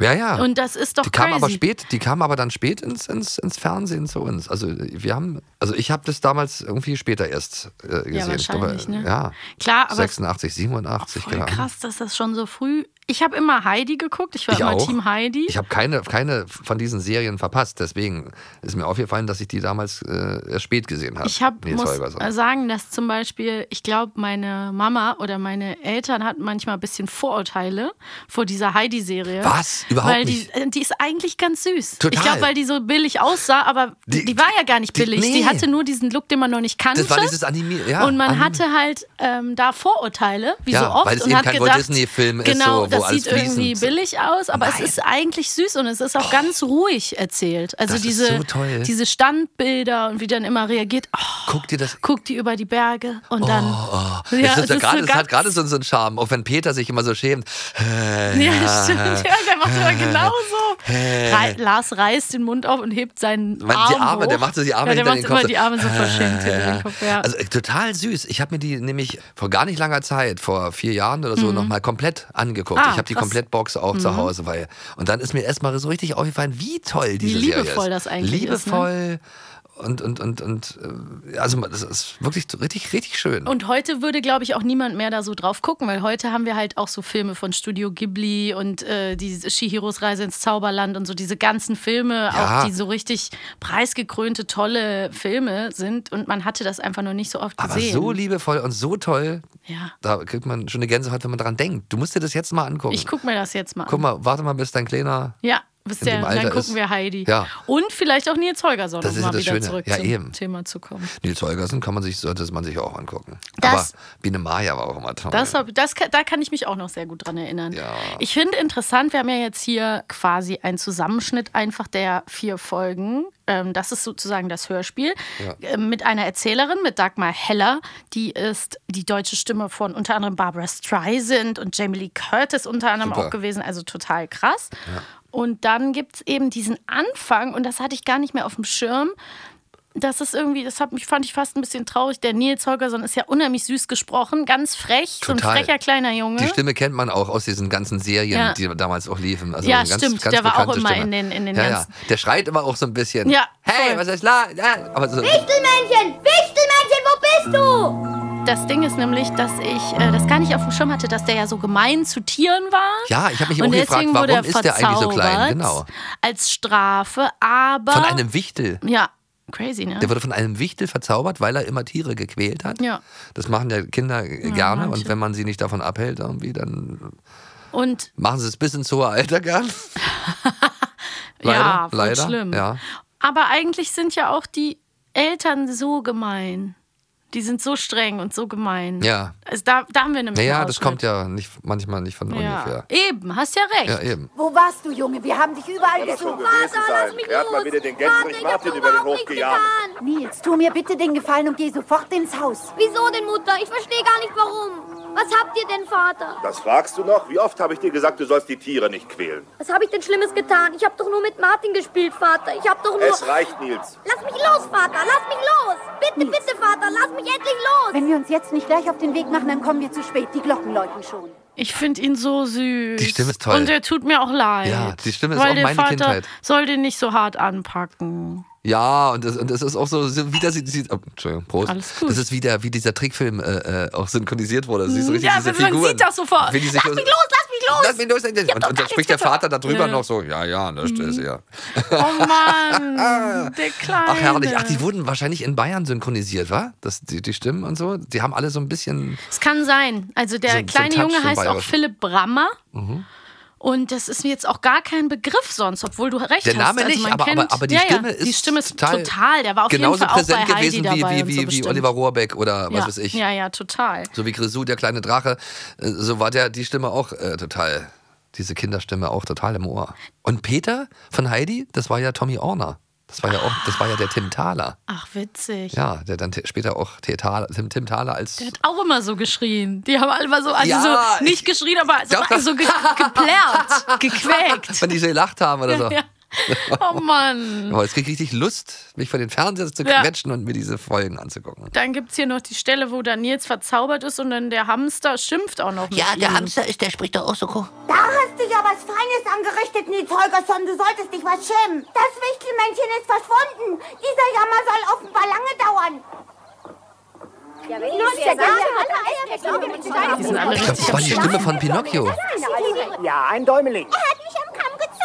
Speaker 4: Ja, ja.
Speaker 5: Und das ist doch
Speaker 4: die kam aber
Speaker 5: crazy.
Speaker 4: spät, die kam aber dann spät ins, ins, ins Fernsehen zu uns. Also wir haben, also ich habe das damals irgendwie später erst äh, gesehen.
Speaker 5: wahrscheinlich, ne?
Speaker 4: Ja.
Speaker 5: Klar, aber
Speaker 4: 86, 87,
Speaker 5: voll
Speaker 4: genau.
Speaker 5: krass, dass das schon so früh. Ich habe immer Heidi geguckt. Ich war
Speaker 4: Ich
Speaker 5: immer
Speaker 4: auch.
Speaker 5: Team Heidi.
Speaker 4: Ich habe keine, keine von diesen Serien verpasst. Deswegen ist mir aufgefallen, dass ich die damals äh, erst spät gesehen habe.
Speaker 5: Ich hab,
Speaker 4: Nils
Speaker 5: muss also,
Speaker 4: Holgersson.
Speaker 5: sagen, dass zum Beispiel, ich glaube, meine Mama oder meine Eltern hatten manchmal ein bisschen Vorurteile vor dieser Heidi-Serie.
Speaker 4: Was? Überhaupt
Speaker 5: weil die,
Speaker 4: nicht.
Speaker 5: äh, Die ist eigentlich ganz süß.
Speaker 4: Total.
Speaker 5: Ich glaube, weil die so billig aussah, aber die,
Speaker 4: Die-
Speaker 5: die war ja gar nicht
Speaker 4: die-
Speaker 5: billig. Die,
Speaker 4: nee.
Speaker 5: hatte nur diesen Look, den man noch nicht kannte.
Speaker 4: das war dieses Anime. Ja,
Speaker 5: und man
Speaker 4: Anime.
Speaker 5: hatte halt ähm, da Vorurteile, wie
Speaker 4: Ja,
Speaker 5: so oft.
Speaker 4: weil es
Speaker 5: und
Speaker 4: eben
Speaker 5: hat
Speaker 4: kein Walt
Speaker 5: gedacht,
Speaker 4: Disney-Film ist,
Speaker 5: genau,
Speaker 4: so, wo
Speaker 5: das
Speaker 4: alles
Speaker 5: sieht irgendwie
Speaker 4: fließend-
Speaker 5: billig aus, aber es
Speaker 4: Nein. Oh.
Speaker 5: ist eigentlich süß und es ist auch ganz ruhig erzählt. Also
Speaker 4: Das ist
Speaker 5: diese,
Speaker 4: so toll.
Speaker 5: diese Standbilder und wie dann immer reagiert. Oh,
Speaker 4: Guck dir das.
Speaker 5: guckt die über die Berge und dann.
Speaker 4: Oh, es ist ja gerade, es hat
Speaker 5: ganz-
Speaker 4: gerade so, so einen Charme, auch wenn Peter sich immer so schämt.
Speaker 5: [LAUGHS] Ja, stimmt. Ja, der macht immer genauso. Rei Lars reißt den Mund auf und hebt seinen
Speaker 4: Man,
Speaker 5: Arm
Speaker 4: die Arme,
Speaker 5: hoch.
Speaker 4: der macht so die Arme
Speaker 5: ja, der
Speaker 4: hinter
Speaker 5: macht
Speaker 4: den
Speaker 5: immer
Speaker 4: Kopf. so.
Speaker 5: die Arme so verschenkt hinter
Speaker 4: Ja.
Speaker 5: den Kopf. Ja.
Speaker 4: Also äh, total süß. Ich habe mir die nämlich vor gar nicht langer Zeit, vor vier Jahren oder so, nochmal komplett angeguckt.
Speaker 5: Ja,
Speaker 4: ich habe die
Speaker 5: Mhm. Ah, krass. Mhm.
Speaker 4: Komplettbox auch zu Hause. Weil, und dann ist mir erstmal so richtig aufgefallen, wie toll diese
Speaker 5: Wie liebevoll
Speaker 4: Serie ist.
Speaker 5: das eigentlich ist, ne?
Speaker 4: Liebevoll und, und, und, und äh, also das ist wirklich so richtig, richtig schön.
Speaker 5: Und heute würde, glaube ich, auch niemand mehr da so drauf gucken, weil heute haben wir halt auch so Filme von Studio Ghibli und äh, die Shihiros Reise ins Zauberland und so diese ganzen Filme,
Speaker 4: Ja.
Speaker 5: auch die so richtig preisgekrönte, tolle Filme sind. Und man hatte das einfach noch nicht so oft
Speaker 4: aber
Speaker 5: gesehen.
Speaker 4: so liebevoll und so toll,
Speaker 5: ja.
Speaker 4: da kriegt man schon eine Gänsehaut, wenn man dran denkt. Du musst dir das jetzt mal angucken.
Speaker 5: Ich guck mir das jetzt mal
Speaker 4: Guck
Speaker 5: an.
Speaker 4: mal, warte mal, bis dein Kleiner.
Speaker 5: Ja, bis
Speaker 4: in
Speaker 5: der,
Speaker 4: dem
Speaker 5: dann
Speaker 4: Alter
Speaker 5: gucken
Speaker 4: ist.
Speaker 5: wir Heidi.
Speaker 4: Ja.
Speaker 5: Und vielleicht auch Nils Holgersson,
Speaker 4: Das
Speaker 5: um
Speaker 4: ist ja
Speaker 5: mal
Speaker 4: das
Speaker 5: wieder
Speaker 4: Schöne.
Speaker 5: zurück
Speaker 4: Ja,
Speaker 5: zum
Speaker 4: eben.
Speaker 5: Thema zu kommen.
Speaker 4: Nils Holgersen kann man sich, sollte man sich auch angucken.
Speaker 5: Das-
Speaker 4: Aber Biene Maya war auch immer toll.
Speaker 5: Das hab, das, ka- da kann ich mich auch noch sehr gut dran erinnern.
Speaker 4: Ja.
Speaker 5: Ich finde interessant, wir haben ja jetzt hier quasi einen Zusammenschnitt einfach der vier Folgen. Ähm, das ist sozusagen das Hörspiel
Speaker 4: Ja.
Speaker 5: Ähm, mit einer Erzählerin, mit Dagmar Heller. Die ist die deutsche Stimme von unter anderem Barbara Streisand und Jamie Lee Curtis unter anderem
Speaker 4: Super.
Speaker 5: auch gewesen. Also total krass. Und dann gibt es eben diesen Anfang, und das hatte ich gar nicht mehr auf dem Schirm, das ist irgendwie, das hat mich, fand ich fast ein bisschen traurig. Der Nils Holgersson ist ja unheimlich süß gesprochen, ganz frech, so
Speaker 4: Total.
Speaker 5: ein frecher kleiner Junge.
Speaker 4: Die Stimme kennt man auch aus diesen ganzen Serien,
Speaker 5: Ja.
Speaker 4: die damals auch liefen. Also
Speaker 5: Ja,
Speaker 4: eine ganz,
Speaker 5: stimmt.
Speaker 4: Ganz
Speaker 5: Der war auch
Speaker 4: bekannte
Speaker 5: immer
Speaker 4: Stimme.
Speaker 5: in den- in den
Speaker 4: ja, ja.
Speaker 5: ganzen-
Speaker 4: Der schreit immer auch so ein bisschen.
Speaker 5: Ja,
Speaker 4: Hey,
Speaker 5: voll.
Speaker 4: was ist la? Ja, aber so,
Speaker 10: Wichtelmännchen! Wichtelmännchen, wo bist du?
Speaker 5: Das Ding ist nämlich, dass ich äh, das gar nicht auf dem Schirm hatte, dass der ja so gemein zu Tieren war.
Speaker 4: ja, ich habe mich auch
Speaker 5: Und
Speaker 4: gefragt,
Speaker 5: deswegen
Speaker 4: warum
Speaker 5: wurde er
Speaker 4: ist der eigentlich so klein?
Speaker 5: verzaubert
Speaker 4: Genau.
Speaker 5: Als Strafe, aber.
Speaker 4: Von einem Wichtel.
Speaker 5: Ja, crazy, ne?
Speaker 4: Der wurde von einem Wichtel verzaubert, weil er immer Tiere gequält hat.
Speaker 5: Ja.
Speaker 4: Das machen ja Kinder äh, gerne.
Speaker 5: manche.
Speaker 4: und wenn man sie nicht davon abhält, irgendwie, dann
Speaker 5: Und
Speaker 4: machen sie es bis ins hohe Alter gern. leider,
Speaker 5: ja, voll
Speaker 4: leider.
Speaker 5: schlimm.
Speaker 4: Ja.
Speaker 5: Aber eigentlich sind ja auch die Eltern so gemein. Die sind so streng und so gemein.
Speaker 4: Ja.
Speaker 5: Also da, da haben wir nämlich.
Speaker 4: Naja,
Speaker 5: einen
Speaker 4: das
Speaker 5: Ausschnitt.
Speaker 4: kommt ja nicht, manchmal nicht von
Speaker 5: Ja.
Speaker 4: ungefähr.
Speaker 5: Eben, hast ja recht.
Speaker 4: Ja, eben.
Speaker 11: Wo warst du, Junge? Wir haben dich überall gesucht.
Speaker 10: Gewesen sein. Er hat mal wieder den Gänserich Martin über den Hof gejagt.
Speaker 11: Nils, tu mir bitte den Gefallen und geh sofort ins Haus.
Speaker 10: Wieso denn, Mutter? Ich verstehe gar nicht, warum. Was habt ihr denn, Vater?
Speaker 12: Das fragst du noch? Wie oft habe ich dir gesagt, du sollst die Tiere nicht quälen?
Speaker 10: Was habe ich denn Schlimmes getan? Ich habe doch nur mit Martin gespielt, Vater. Ich habe doch nur...
Speaker 12: Es reicht, Nils.
Speaker 10: Lass mich los, Vater. Lass mich los. Bitte, bitte, Vater. Lass mich endlich los.
Speaker 11: Wenn wir uns jetzt nicht gleich auf den Weg machen, dann kommen wir zu spät. Die Glocken läuten schon.
Speaker 5: Ich finde ihn so süß.
Speaker 4: Die Stimme ist toll.
Speaker 5: Und er tut mir auch leid.
Speaker 4: Ja, die Stimme ist
Speaker 5: weil
Speaker 4: auch
Speaker 5: der
Speaker 4: meine
Speaker 5: Vater
Speaker 4: Kindheit.
Speaker 5: soll den nicht so hart anpacken.
Speaker 4: Ja, und das, und das ist auch so, so wie das, sie, oh, Entschuldigung, Prost.
Speaker 5: Alles gut.
Speaker 4: Das ist wie, der, wie dieser Trickfilm äh, äh, auch synchronisiert wurde. Siehst du richtig
Speaker 5: Hm, ja,
Speaker 4: diese
Speaker 5: man
Speaker 4: Figuren,
Speaker 5: sieht das sofort.
Speaker 4: wie die sich
Speaker 5: Lass
Speaker 4: so-
Speaker 5: mich los, lass mich los.
Speaker 4: Lass mich los.
Speaker 5: Ich hab
Speaker 4: Und,
Speaker 5: doch Mhm.
Speaker 4: und
Speaker 5: gar
Speaker 4: dann spricht der
Speaker 5: nichts
Speaker 4: Vater darüber
Speaker 5: Ja.
Speaker 4: noch so, ja, ja, das ist ja.
Speaker 5: Oh
Speaker 4: [LAUGHS]
Speaker 5: Mann, der Kleine.
Speaker 4: Ah. Ach herrlich, ach, die wurden wahrscheinlich in Bayern synchronisiert, wa? Das, die, die Stimmen und so, die haben alle so ein bisschen...
Speaker 5: Es kann sein. Also der
Speaker 4: So- so
Speaker 5: kleine
Speaker 4: ein Touch
Speaker 5: Junge
Speaker 4: zum
Speaker 5: heißt auch
Speaker 4: Bayerischen.
Speaker 5: Philipp Brammer.
Speaker 4: Mhm.
Speaker 5: Und das ist mir jetzt auch gar kein Begriff sonst, obwohl du recht
Speaker 4: Der
Speaker 5: hast.
Speaker 4: Name
Speaker 5: also
Speaker 4: nicht,
Speaker 5: man
Speaker 4: aber,
Speaker 5: kennt,
Speaker 4: aber, aber die
Speaker 5: ja,
Speaker 4: Stimme
Speaker 5: ja,
Speaker 4: ist
Speaker 5: die Stimme ist total, Der war auf jeden
Speaker 4: genauso
Speaker 5: Fall auch
Speaker 4: präsent
Speaker 5: bei Heidi
Speaker 4: gewesen wie,
Speaker 5: dabei
Speaker 4: wie,
Speaker 5: und
Speaker 4: wie,
Speaker 5: so
Speaker 4: wie
Speaker 5: bestimmt.
Speaker 4: Oliver Rohrbeck oder was
Speaker 5: ja.
Speaker 4: weiß ich.
Speaker 5: Ja, ja, total.
Speaker 4: So wie Grisou, der kleine Drache, äh, so war der die Stimme auch äh, total, diese Kinderstimme auch total im Ohr. Und Peter von Heidi, das war ja Tommy Orner. Das war ja auch, das war ja der Tim Thaler.
Speaker 5: Ach, witzig.
Speaker 4: Ja, der dann t- später auch T Thaler, Tim, Tim Thaler als.
Speaker 5: Der hat auch immer so geschrien. Die haben alle immer so, also
Speaker 4: Ja,
Speaker 5: so nicht geschrien, aber so,
Speaker 4: Doch, doch.
Speaker 5: so ge
Speaker 4: [LAUGHS]
Speaker 5: geplärrt, gequäkt.
Speaker 4: Wenn die so gelacht haben oder so.
Speaker 5: Ja. Oh Mann.
Speaker 4: Aber jetzt kriege ich richtig Lust, mich vor den Fernseher zu
Speaker 5: Ja.
Speaker 4: quetschen und mir diese Folgen anzugucken.
Speaker 5: Dann gibt es hier noch die Stelle, wo dann Nils verzaubert ist und dann der Hamster schimpft auch noch. mit ihm.
Speaker 13: ist, der spricht doch auch so komisch.
Speaker 11: Da hast du ja was Feines angerichtet, Nils Holgersson. Du solltest dich mal schämen. Das Wichtelmännchen ist verschwunden. Dieser Jammer soll offenbar lange dauern.
Speaker 10: Ja,
Speaker 11: wenn
Speaker 10: ich's dir sage, hat
Speaker 11: alle Eier glaube mit Steinen.
Speaker 4: Ich glaube, das war die Stimme von Pinocchio.
Speaker 13: Ja, ein Däumeling.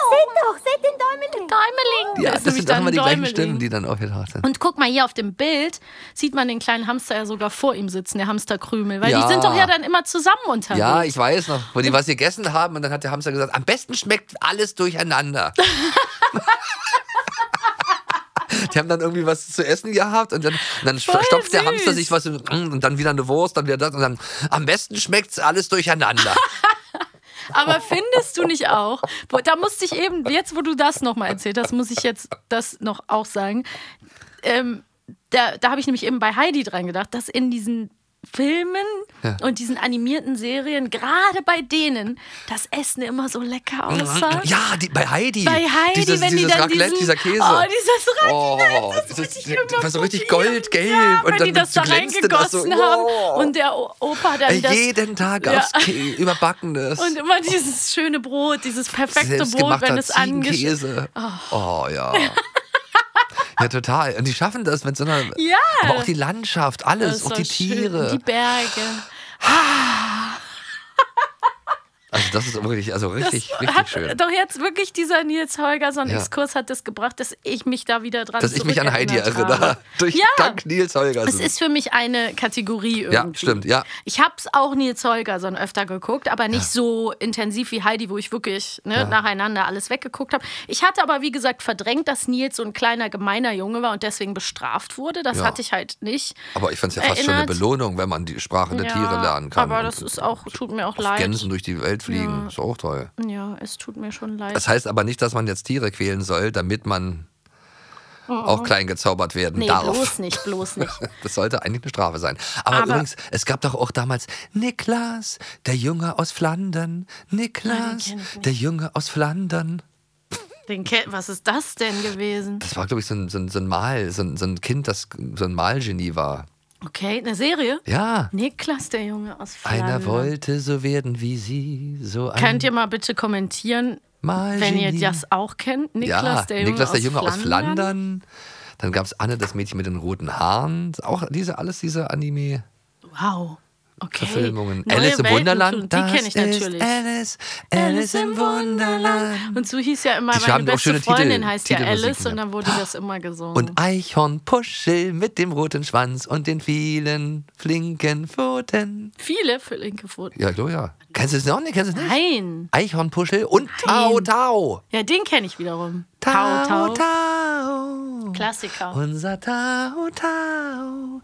Speaker 11: Seht doch, seht den Däumeling.
Speaker 5: Däumeling.
Speaker 4: Ja,
Speaker 5: Da
Speaker 4: das,
Speaker 5: ist nämlich
Speaker 4: sind auch
Speaker 5: dann
Speaker 4: immer die gleichen
Speaker 5: Däumeling.
Speaker 4: Stimmen, die dann aufgetaucht sind.
Speaker 5: Und guck mal hier auf dem Bild, sieht man den kleinen Hamster ja sogar vor ihm sitzen, der Hamsterkrümel. Weil
Speaker 4: Ja.
Speaker 5: die sind doch ja dann immer zusammen unterwegs.
Speaker 4: Ja, ich weiß noch,
Speaker 5: Hm?
Speaker 4: wo die was gegessen haben und dann hat der Hamster gesagt, am besten schmeckt alles
Speaker 5: [LAUGHS]
Speaker 4: durcheinander. Die haben dann irgendwie was zu essen gehabt und dann, und dann
Speaker 5: Voll
Speaker 4: stopft der
Speaker 5: süß.
Speaker 4: Hamster sich was in- und dann wieder eine Wurst, dann wieder das und dann am besten schmeckt's alles
Speaker 5: [LAUGHS]
Speaker 4: durcheinander.
Speaker 5: Aber findest du nicht auch, wo, da musste ich eben, jetzt wo du das nochmal erzählt hast, muss ich jetzt das noch auch sagen. Ähm, da da habe ich nämlich eben bei Heidi dran gedacht, dass in diesen Filmen
Speaker 4: Ja.
Speaker 5: und diesen animierten Serien, gerade bei denen, das Essen immer so lecker
Speaker 4: Mm,
Speaker 5: aussah.
Speaker 4: Ja, die, bei Heidi.
Speaker 5: Bei Heidi,
Speaker 4: dieses,
Speaker 5: wenn die
Speaker 4: dieses
Speaker 5: dann
Speaker 4: Raclette,
Speaker 5: diesen-
Speaker 4: dieser Käse.
Speaker 5: Oh, dieses Raclette,
Speaker 4: Oh, das ist,
Speaker 5: immer
Speaker 4: war so richtig
Speaker 5: probieren.
Speaker 4: goldgelb.
Speaker 5: Ja, wenn
Speaker 4: und dann
Speaker 5: die das da
Speaker 4: glänzte
Speaker 5: reingegossen
Speaker 4: das so.
Speaker 5: haben
Speaker 4: wow.
Speaker 5: und der O- Opa dann
Speaker 4: Ey,
Speaker 5: das.
Speaker 4: jeden Tag
Speaker 5: Ja.
Speaker 4: aufs Kä- Überbackenes.
Speaker 5: Und immer dieses schöne Brot, dieses perfekte Brot,
Speaker 4: selbstgemachter
Speaker 5: wenn es angeschnitten
Speaker 4: Ziegenkäse. Oh.
Speaker 5: [LAUGHS]
Speaker 4: ja. Ja, total. Und die schaffen das mit so einer.
Speaker 5: Ja.
Speaker 4: Aber auch die Landschaft, alles, auch die Tiere.
Speaker 5: Die Berge.
Speaker 4: Also, das ist wirklich, also richtig,
Speaker 5: das
Speaker 4: richtig
Speaker 5: hat
Speaker 4: schön.
Speaker 5: doch jetzt wirklich dieser Nils Holgersson
Speaker 4: Ja.
Speaker 5: Exkurs hat das gebracht, dass ich mich da wieder dran
Speaker 4: Dass ich mich an Heidi
Speaker 5: zurückerinnert
Speaker 4: erinnere.
Speaker 5: habe.
Speaker 4: [LAUGHS] Durch,
Speaker 5: Ja.
Speaker 4: Dank Nils Holgersen.
Speaker 5: Es ist für mich eine Kategorie irgendwie.
Speaker 4: Also ja, stimmt, ja.
Speaker 5: Ich habe es auch Nils Holgersson öfter geguckt, aber nicht so intensiv wie Heidi, wo ich wirklich ne,
Speaker 4: Ja.
Speaker 5: nacheinander alles weggeguckt habe. Ich hatte aber, wie gesagt, verdrängt, dass Nils so ein kleiner, gemeiner Junge war und deswegen bestraft wurde. Das
Speaker 4: Ja.
Speaker 5: hatte ich halt nicht.
Speaker 4: Aber ich fand es ja fast schon eine
Speaker 5: Erinnert.
Speaker 4: Belohnung, wenn man die Sprache der
Speaker 5: Ja,
Speaker 4: Tiere lernen kann.
Speaker 5: Aber
Speaker 4: und
Speaker 5: das ist auch, tut mir auch
Speaker 4: auf
Speaker 5: leid.
Speaker 4: Gänsen durch die Welt fliegen. Ist auch toll.
Speaker 5: Ja, es tut mir schon leid.
Speaker 4: Das heißt aber nicht, dass man jetzt Tiere quälen soll, damit man
Speaker 5: Oh, oh.
Speaker 4: auch klein gezaubert werden
Speaker 5: Nee,
Speaker 4: darf.
Speaker 5: bloß nicht,
Speaker 4: [LAUGHS]
Speaker 5: bloß nicht.
Speaker 4: Das sollte eigentlich eine Strafe sein. Aber,
Speaker 5: Aber-
Speaker 4: übrigens, es gab doch auch damals Niklas, der Junge aus Flandern.
Speaker 5: Nein, Ah, den
Speaker 4: Niklas,
Speaker 5: kenn ich nicht.
Speaker 4: der Junge aus Flandern.
Speaker 5: Den Ke Was ist das denn gewesen?
Speaker 4: Das war, glaube ich, so ein, so ein, so ein Mal, so ein, so ein Kind, das so ein Malgenie war.
Speaker 5: Okay, eine Serie?
Speaker 4: Ja.
Speaker 5: Niklas, der Junge aus Flandern.
Speaker 4: Einer wollte so werden wie sie, so ein
Speaker 5: Könnt ihr mal bitte kommentieren,
Speaker 4: Mal
Speaker 5: wenn
Speaker 4: Genie.
Speaker 5: ihr das auch kennt? Niklas,
Speaker 4: ja,
Speaker 5: der Junge,
Speaker 4: Niklas,
Speaker 5: aus,
Speaker 4: der Junge aus
Speaker 5: Flandern.
Speaker 4: Flandern. Dann gab es Anne, das Mädchen mit den roten Haaren. Auch diese, alles diese Anime.
Speaker 5: Wow. Okay.
Speaker 4: Verfilmungen.
Speaker 5: Neue
Speaker 4: Alice im
Speaker 5: Welten
Speaker 4: Wunderland,
Speaker 5: tun-
Speaker 4: das
Speaker 5: Die kenne ich
Speaker 4: ist
Speaker 5: natürlich.
Speaker 4: Alice,
Speaker 5: Alice im Wunderland. Und so hieß ja immer,
Speaker 4: Die haben
Speaker 5: meine
Speaker 4: auch
Speaker 5: beste
Speaker 4: schöne Titel-
Speaker 5: Freundin heißt ja
Speaker 4: Titelmusiken,
Speaker 5: Alice
Speaker 4: ja.
Speaker 5: und dann wurde das immer gesungen.
Speaker 4: Und Eichhornpuschel mit dem roten Schwanz und den vielen flinken Pfoten.
Speaker 5: Viele für linke Pfoten.
Speaker 4: Ja, so ja. Kennst du es noch nicht? Kennst du es nicht?
Speaker 5: Nein.
Speaker 4: Eichhornpuschel und Tau Tau.
Speaker 5: Ja, den kenne ich wiederum.
Speaker 4: Tau,
Speaker 5: Tau.
Speaker 4: Tau.
Speaker 5: Klassiker.
Speaker 4: Unser Tau Tau,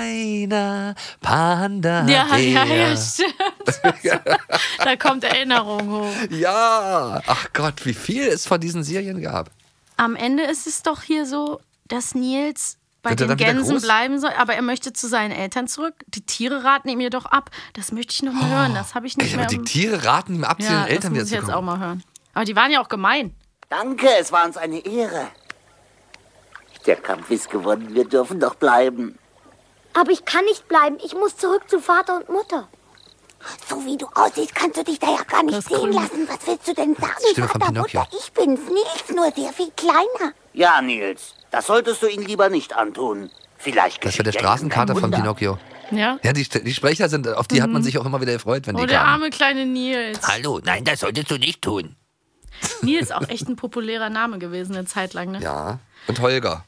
Speaker 4: kleiner Panda.
Speaker 5: ja, ja,
Speaker 4: Bär.
Speaker 5: ja, [LAUGHS] stimmt.
Speaker 4: [LAUGHS]
Speaker 5: da kommt Erinnerung hoch.
Speaker 4: Ja, ach Gott, wie viel es von diesen Serien gab.
Speaker 5: Am Ende ist es doch hier so, dass Nils bei
Speaker 4: Wird er
Speaker 5: den
Speaker 4: dann wieder
Speaker 5: Gänsen
Speaker 4: groß?
Speaker 5: bleiben soll, aber er möchte zu seinen Eltern zurück. Die Tiere raten ihm jedoch ab. Das möchte ich noch mal hören. Das habe ich nicht
Speaker 4: Ey, aber
Speaker 5: mehr.
Speaker 4: die
Speaker 5: im-
Speaker 4: Tiere raten ihm ab, zu
Speaker 5: ähm, ja,
Speaker 4: den Eltern
Speaker 5: das
Speaker 4: wieder
Speaker 5: muss
Speaker 4: zu
Speaker 5: ich jetzt
Speaker 4: kommen.
Speaker 5: auch mal hören. Aber die waren ja auch gemein.
Speaker 13: Danke, es war uns eine Ehre. Der Kampf ist gewonnen, wir dürfen doch bleiben.
Speaker 10: Aber ich kann nicht bleiben. Ich muss zurück zu Vater und Mutter.
Speaker 11: So wie du aussiehst, kannst du dich da ja gar nicht
Speaker 13: Das ist
Speaker 11: sehen
Speaker 13: cool.
Speaker 11: lassen. Was willst du denn sagen?
Speaker 4: Stimme von
Speaker 11: Vater,
Speaker 4: Pinocchio.
Speaker 11: Mutter, ich bin's, Nils, nur sehr viel kleiner.
Speaker 13: Ja, Nils, das solltest du ihnen lieber nicht antun. Vielleicht
Speaker 4: Das war der
Speaker 13: geschieht ja
Speaker 4: Straßenkater
Speaker 13: irgendein
Speaker 4: von
Speaker 13: Wunder.
Speaker 4: Pinocchio.
Speaker 5: Ja.
Speaker 4: Ja, die, die Sprecher sind, auf die hat man
Speaker 5: Mhm.
Speaker 4: sich auch immer wieder gefreut, wenn
Speaker 5: Oh,
Speaker 4: die
Speaker 5: der
Speaker 4: kamen.
Speaker 5: arme kleine Nils.
Speaker 4: Hallo, nein, das solltest du nicht tun.
Speaker 5: Nils auch echt ein populärer Name gewesen eine Zeit lang. Ne?
Speaker 4: Ja. Und Holger.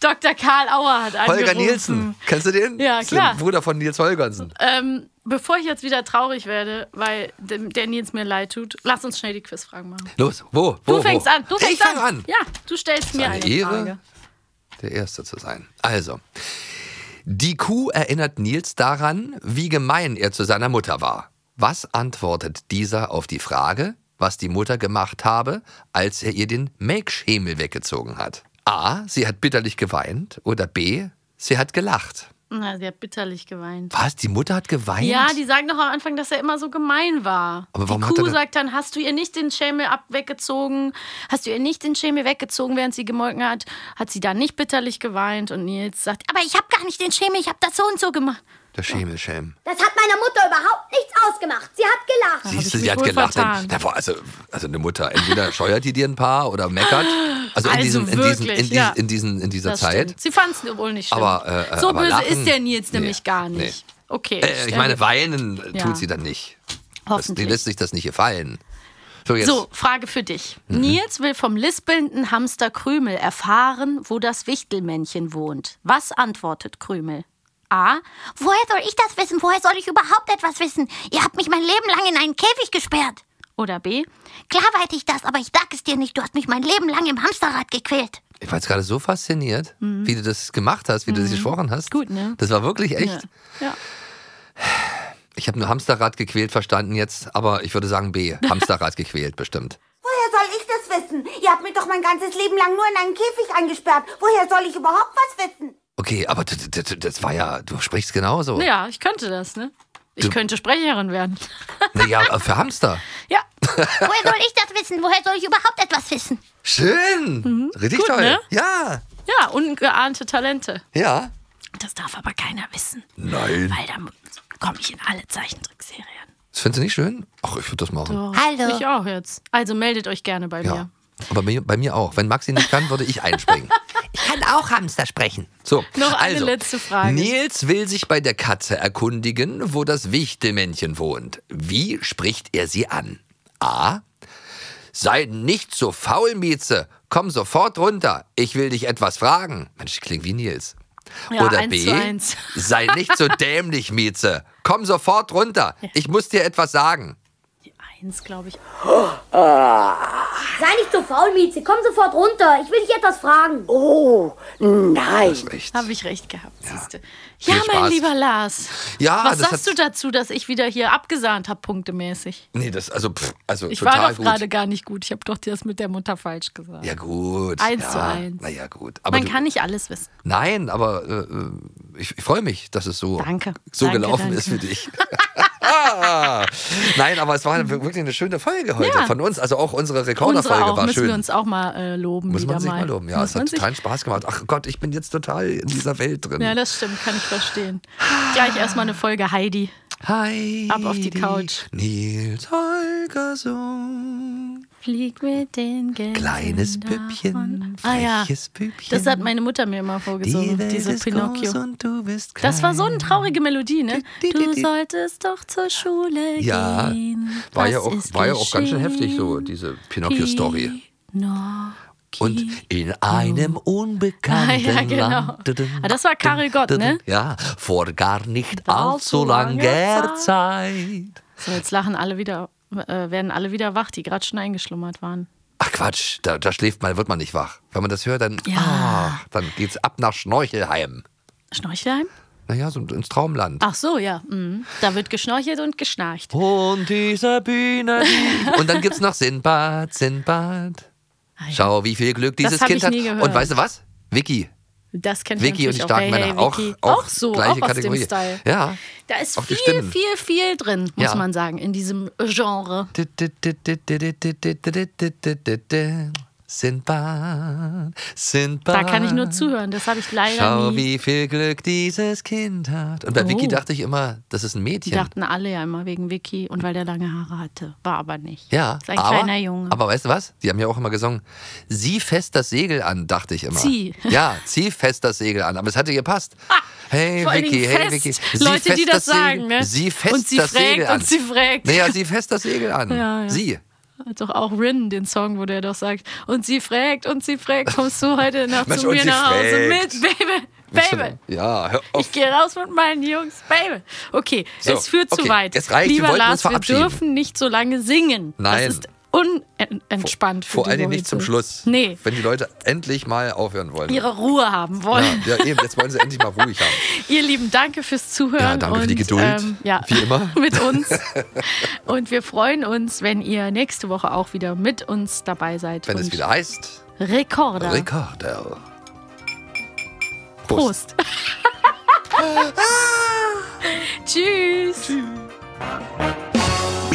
Speaker 5: Dr. Karl Auer hat angerufen.
Speaker 4: Holger Nielsen. Kennst du den?
Speaker 5: Also, oh, hm. Ja,
Speaker 4: Das ist der
Speaker 5: klar.
Speaker 4: Bruder von Nils Holgersen.
Speaker 5: Ähm, bevor ich jetzt wieder traurig werde, weil dem- der Nils mir leid tut, lass uns schnell die Quizfragen machen.
Speaker 4: Los, wo? wo
Speaker 5: Du fängst
Speaker 4: wo?
Speaker 5: an. Du fängst
Speaker 4: ich fang an.
Speaker 5: Ja, du stellst mir eine,
Speaker 4: eine Ehre.
Speaker 5: Frage.
Speaker 4: Der Erste zu sein. Also, die Kuh erinnert Nils daran, wie gemein er zu seiner Mutter war. Was antwortet dieser auf die Frage, was die Mutter gemacht habe, als er ihr den Make-Schemel weggezogen hat? A. Sie hat bitterlich geweint. Oder B. Sie hat gelacht.
Speaker 5: Na, sie hat bitterlich geweint.
Speaker 4: Was? Die Mutter hat geweint?
Speaker 5: Ja, die sagen doch am Anfang, dass er immer so gemein war.
Speaker 4: Aber warum
Speaker 5: die
Speaker 4: hat
Speaker 5: Kuh
Speaker 4: er denn-
Speaker 5: sagt dann, hast du ihr nicht den Schemel ab weggezogen? Hast du ihr nicht den Schemel weggezogen, während sie gemolken hat? Hat sie da nicht bitterlich geweint? Und Nils sagt, aber ich habe gar nicht den Schemel, ich habe das so und so gemacht.
Speaker 4: Der Schemelschelm.
Speaker 11: Das hat meiner Mutter überhaupt nichts ausgemacht. Sie hat gelacht.
Speaker 4: Siehst du, sie hat gelacht. Denn, na, boah, also, also eine Mutter, entweder scheuert die dir ein paar oder meckert. Also in,
Speaker 5: Also
Speaker 4: diesem, in, diesen,
Speaker 5: wirklich,
Speaker 4: in, diesen,
Speaker 5: ja.
Speaker 4: in, diesen, in dieser
Speaker 5: Das
Speaker 4: Zeit.
Speaker 5: Stimmt. Sie fanden es wohl nicht schlimm.
Speaker 4: Aber, äh, äh,
Speaker 5: so
Speaker 4: aber
Speaker 5: böse
Speaker 4: lachen?
Speaker 5: ist der Nils nämlich
Speaker 4: Nee,
Speaker 5: gar nicht. Okay.
Speaker 4: Äh, ich
Speaker 5: stell
Speaker 4: meine,
Speaker 5: mir-
Speaker 4: weinen äh,
Speaker 5: Ja.
Speaker 4: tut sie dann nicht. Das, die
Speaker 5: Hoffentlich.
Speaker 4: lässt sich das nicht gefallen. So, jetzt. Mhm.
Speaker 5: So, Frage für dich. Nils will vom lispelnden Hamster Krümel erfahren, wo das Wichtelmännchen wohnt. Was antwortet Krümel? A.
Speaker 11: Woher soll ich das wissen? Woher soll ich überhaupt etwas wissen? Ihr habt mich mein Leben lang in einen Käfig gesperrt.
Speaker 5: Oder B.
Speaker 11: Klar weiß ich das, aber ich sag es dir nicht. Du hast mich mein Leben lang im Hamsterrad gequält.
Speaker 4: Ich war jetzt gerade so fasziniert, wie du das gemacht hast, wie du das gesprochen hast. Gut,
Speaker 5: Mhm. ne?
Speaker 4: Das war wirklich echt.
Speaker 5: Ja.
Speaker 4: Ich habe nur Hamsterrad gequält verstanden jetzt, aber ich würde sagen B. Hamsterrad [LAUGHS] gequält bestimmt.
Speaker 11: Woher soll ich das wissen? Ihr habt mich doch mein ganzes Leben lang nur in einen Käfig eingesperrt. Woher soll ich überhaupt was wissen?
Speaker 4: Okay, aber d- d- d- das war ja, du sprichst genauso.
Speaker 5: [LAUGHS] Ja, ich könnte das, ne? Ich
Speaker 4: Du-
Speaker 5: könnte Sprecherin werden.
Speaker 4: Naja, äh, für Hamster.
Speaker 5: [LAUGHS] Ja.
Speaker 14: Woher soll ich das wissen? Woher soll ich überhaupt etwas wissen?
Speaker 4: Schön. Richtig
Speaker 5: Gut,
Speaker 4: toll.
Speaker 5: ne?
Speaker 4: Ja.
Speaker 5: Ja, ungeahnte Talente.
Speaker 4: Ja.
Speaker 5: Das darf aber keiner wissen.
Speaker 4: Nein.
Speaker 5: Weil dann komme ich in alle Zeichentrickserien.
Speaker 4: Das findest du nicht schön? Ach, ich würde das machen.
Speaker 5: Hallo. Ich auch jetzt. Also meldet euch gerne bei mir.
Speaker 4: Aber bei mir, bei mir auch. Wenn Maxi nicht kann, würde ich
Speaker 5: [LAUGHS]
Speaker 4: einspringen. ich kann auch Hamster sprechen. So,
Speaker 5: Noch eine
Speaker 4: also,
Speaker 5: letzte Frage.
Speaker 4: Nils will sich bei der Katze erkundigen, wo das Wichtelmännchen wohnt. Wie spricht er sie an? A. Sei nicht so faul, Mieze. Komm sofort runter. Ich will dich etwas fragen. Mensch, ich klinge wie Nils.
Speaker 5: Ja,
Speaker 4: Oder
Speaker 5: eins
Speaker 4: B.
Speaker 5: zu eins. [LAUGHS]
Speaker 4: Sei nicht so dämlich, Mieze. Komm sofort runter. Ich muss dir etwas sagen.
Speaker 5: Eins, glaube ich.
Speaker 15: Sei nicht so faul, Mieze. Komm sofort runter. Ich will dich etwas fragen.
Speaker 5: Oh,
Speaker 15: nein.
Speaker 5: Habe ich recht gehabt, siehste.
Speaker 4: Viel
Speaker 5: Ja, mein
Speaker 4: Spaß.
Speaker 5: lieber Lars.
Speaker 4: Ja,
Speaker 5: Was
Speaker 4: Ah, das
Speaker 5: sagst du
Speaker 4: hat-
Speaker 5: dazu, dass ich wieder hier abgesahnt habe, punktemäßig?
Speaker 4: Nee, das, also, pff, also
Speaker 5: Ich
Speaker 4: total
Speaker 5: war doch
Speaker 4: gut.
Speaker 5: gerade gar nicht gut. Ich habe doch dir das mit der Mutter falsch gesagt.
Speaker 4: Ja, gut.
Speaker 5: Eins
Speaker 4: ja,
Speaker 5: zu eins.
Speaker 4: Naja, gut. Aber
Speaker 5: Man
Speaker 4: du,
Speaker 5: kann nicht alles wissen.
Speaker 4: nein, aber äh, äh, ich, ich freue mich, dass es so,
Speaker 5: Danke.
Speaker 4: so
Speaker 5: Danke,
Speaker 4: gelaufen
Speaker 5: danke.
Speaker 4: ist für dich. [LAUGHS] nein, aber es war wirklich eine schöne Folge heute
Speaker 5: Ja.
Speaker 4: von uns. Also auch unsere
Speaker 5: Unsere
Speaker 4: Rekorderfolge
Speaker 5: auch,
Speaker 4: war
Speaker 5: müssen wir
Speaker 4: schön.
Speaker 5: uns auch mal äh, loben.
Speaker 4: Muss
Speaker 5: wieder
Speaker 4: man sich mal loben. Ja,
Speaker 5: Muss
Speaker 4: es
Speaker 5: man
Speaker 4: hat
Speaker 5: sich-
Speaker 4: totalen Spaß gemacht. Ach Gott, ich bin jetzt total in dieser Welt drin.
Speaker 5: Ja, das stimmt, kann ich verstehen. Gleich erstmal eine Folge Heidi.
Speaker 4: Heidi.
Speaker 5: Ab auf die Couch.
Speaker 4: Nils Holgersson.
Speaker 5: Flieg mit den Gästen.
Speaker 4: Kleines Püppchen,
Speaker 5: Ah ja,
Speaker 4: freches Püppchen.
Speaker 5: das hat meine Mutter mir immer vorgesungen,
Speaker 4: Die Welt
Speaker 5: diese
Speaker 4: ist
Speaker 5: Pinocchio.
Speaker 4: groß und du bist
Speaker 5: das war so eine traurige Melodie, ne? Du
Speaker 4: di.
Speaker 5: solltest doch zur Schule
Speaker 4: Ja,
Speaker 5: gehen.
Speaker 4: war
Speaker 5: Was
Speaker 4: ja, auch,
Speaker 5: ist
Speaker 4: war ja auch ganz schön
Speaker 5: geschehen?
Speaker 4: heftig, so diese Pinocchio-Story.
Speaker 5: No.
Speaker 4: Und in einem unbekannten
Speaker 5: Ah, [LAUGHS] ja, genau.
Speaker 4: Land. dudum,
Speaker 5: Ah, das war Karel Gott,
Speaker 4: dudum,
Speaker 5: ne?
Speaker 4: Ja, vor gar nicht allzu
Speaker 5: Allzu
Speaker 4: langer
Speaker 5: langer
Speaker 4: Zeit.
Speaker 5: So, jetzt lachen alle wieder, äh, werden alle wieder wach, die gerade schon eingeschlummert waren.
Speaker 4: Ach Quatsch, da, da schläft man, wird man nicht wach. Wenn man das hört, dann, ah, dann geht's ab nach Schnorchelheim.
Speaker 5: Schnorchelheim?
Speaker 4: Naja, so ins Traumland.
Speaker 5: Ach so, ja. mhm. Da wird geschnorchelt und geschnarcht.
Speaker 4: Und dieser Biene. die- Und dann gibt's noch Sinbad, Sinbad. Schau, wie viel Glück
Speaker 5: Ah, Das
Speaker 4: dieses
Speaker 5: hab
Speaker 4: Kind
Speaker 5: ich
Speaker 4: hat.
Speaker 5: nie gehört.
Speaker 4: Und weißt du was? Vicky,
Speaker 5: Das kennt
Speaker 4: Vicky
Speaker 5: man
Speaker 4: und die
Speaker 5: natürlich
Speaker 4: starken
Speaker 5: auch. Hey,
Speaker 4: Männer.
Speaker 5: hey,
Speaker 4: auch,
Speaker 5: Vicky.
Speaker 4: auch,
Speaker 5: so,
Speaker 4: gleiche
Speaker 5: auch aus
Speaker 4: Kategorie.
Speaker 5: dem Style.
Speaker 4: Ja.
Speaker 5: Da ist
Speaker 4: Auch die
Speaker 5: viel,
Speaker 4: Stimmen.
Speaker 5: viel, viel drin, muss
Speaker 4: Ja.
Speaker 5: man sagen, in diesem Genre.
Speaker 4: Sindbad, Sindbad.
Speaker 5: Da kann ich nur zuhören, das habe ich leider
Speaker 4: Schau,
Speaker 5: nie.
Speaker 4: wie viel Glück dieses Kind hat. Und bei
Speaker 5: Oh.
Speaker 4: Vicky dachte ich immer, das ist ein
Speaker 5: Die
Speaker 4: Mädchen.
Speaker 5: dachten alle ja immer wegen Vicky und weil der lange Haare hatte. War aber nicht.
Speaker 4: ja,
Speaker 5: Ist ein
Speaker 4: aber,
Speaker 5: kleiner Junge.
Speaker 4: aber weißt du was? Die haben ja auch immer gesungen, sieh fest das Segel an, dachte ich immer.
Speaker 5: Zieh. Ah,
Speaker 4: Ja, zieh fest das Segel an. Aber es hatte gepasst. hey
Speaker 5: vor allen
Speaker 4: Vicky,
Speaker 5: Dingen
Speaker 4: hey
Speaker 5: fest.
Speaker 4: Vicky. sieh
Speaker 5: Leute, die
Speaker 4: fest
Speaker 5: das sagen,
Speaker 4: Segel,
Speaker 5: ne?
Speaker 4: Sieh fest
Speaker 5: Und sie
Speaker 4: das
Speaker 5: fragt
Speaker 4: Segel
Speaker 5: und
Speaker 4: an.
Speaker 5: sie fragt.
Speaker 4: Naja, sieh fest das Segel an.
Speaker 5: Ja, ja.
Speaker 4: Sieh.
Speaker 5: Hat doch auch Rin den Song, wo der doch sagt, und sie fragt, und sie fragt, kommst du heute Nacht
Speaker 4: Mensch,
Speaker 5: zu
Speaker 4: und
Speaker 5: mir
Speaker 4: sie
Speaker 5: nach Hause
Speaker 4: fragt.
Speaker 5: mit, Baby, Baby.
Speaker 4: Ja, hör auf.
Speaker 5: Ich gehe raus mit meinen Jungs, Baby. Okay,
Speaker 4: So,
Speaker 5: es führt
Speaker 4: okay,
Speaker 5: zu weit.
Speaker 4: es reicht, wir
Speaker 5: Lieber
Speaker 4: wollten uns
Speaker 5: Lars, wir
Speaker 4: verabschieden.
Speaker 5: dürfen nicht so lange singen.
Speaker 4: Nein.
Speaker 5: Das ist unentspannt.
Speaker 4: Vor
Speaker 5: für
Speaker 4: allen
Speaker 5: die
Speaker 4: Dingen nicht
Speaker 5: Leute.
Speaker 4: zum Schluss.
Speaker 5: Nee,
Speaker 4: Wenn die Leute endlich mal aufhören wollen.
Speaker 5: ihre Ruhe haben wollen.
Speaker 4: ja, ja, eben, jetzt wollen sie endlich mal ruhig haben.
Speaker 5: [LAUGHS] Ihr Lieben, danke fürs Zuhören.
Speaker 4: Ja, danke
Speaker 5: und,
Speaker 4: für die Geduld.
Speaker 5: ähm, ja,
Speaker 4: Wie immer.
Speaker 5: [LAUGHS]
Speaker 4: [LAUGHS]
Speaker 5: mit uns. Und wir freuen uns, wenn ihr nächste Woche auch wieder mit uns dabei seid.
Speaker 4: Wenn
Speaker 5: und
Speaker 4: es wieder heißt.
Speaker 5: Rekorder.
Speaker 4: Rekorder. [LAUGHS]
Speaker 5: Prost. [LAUGHS]
Speaker 4: Ah.
Speaker 5: Tschüss.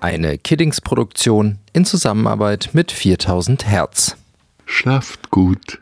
Speaker 16: Eine Kiddings-Produktion in Zusammenarbeit mit 4000 Hertz.
Speaker 1: Schlaft gut.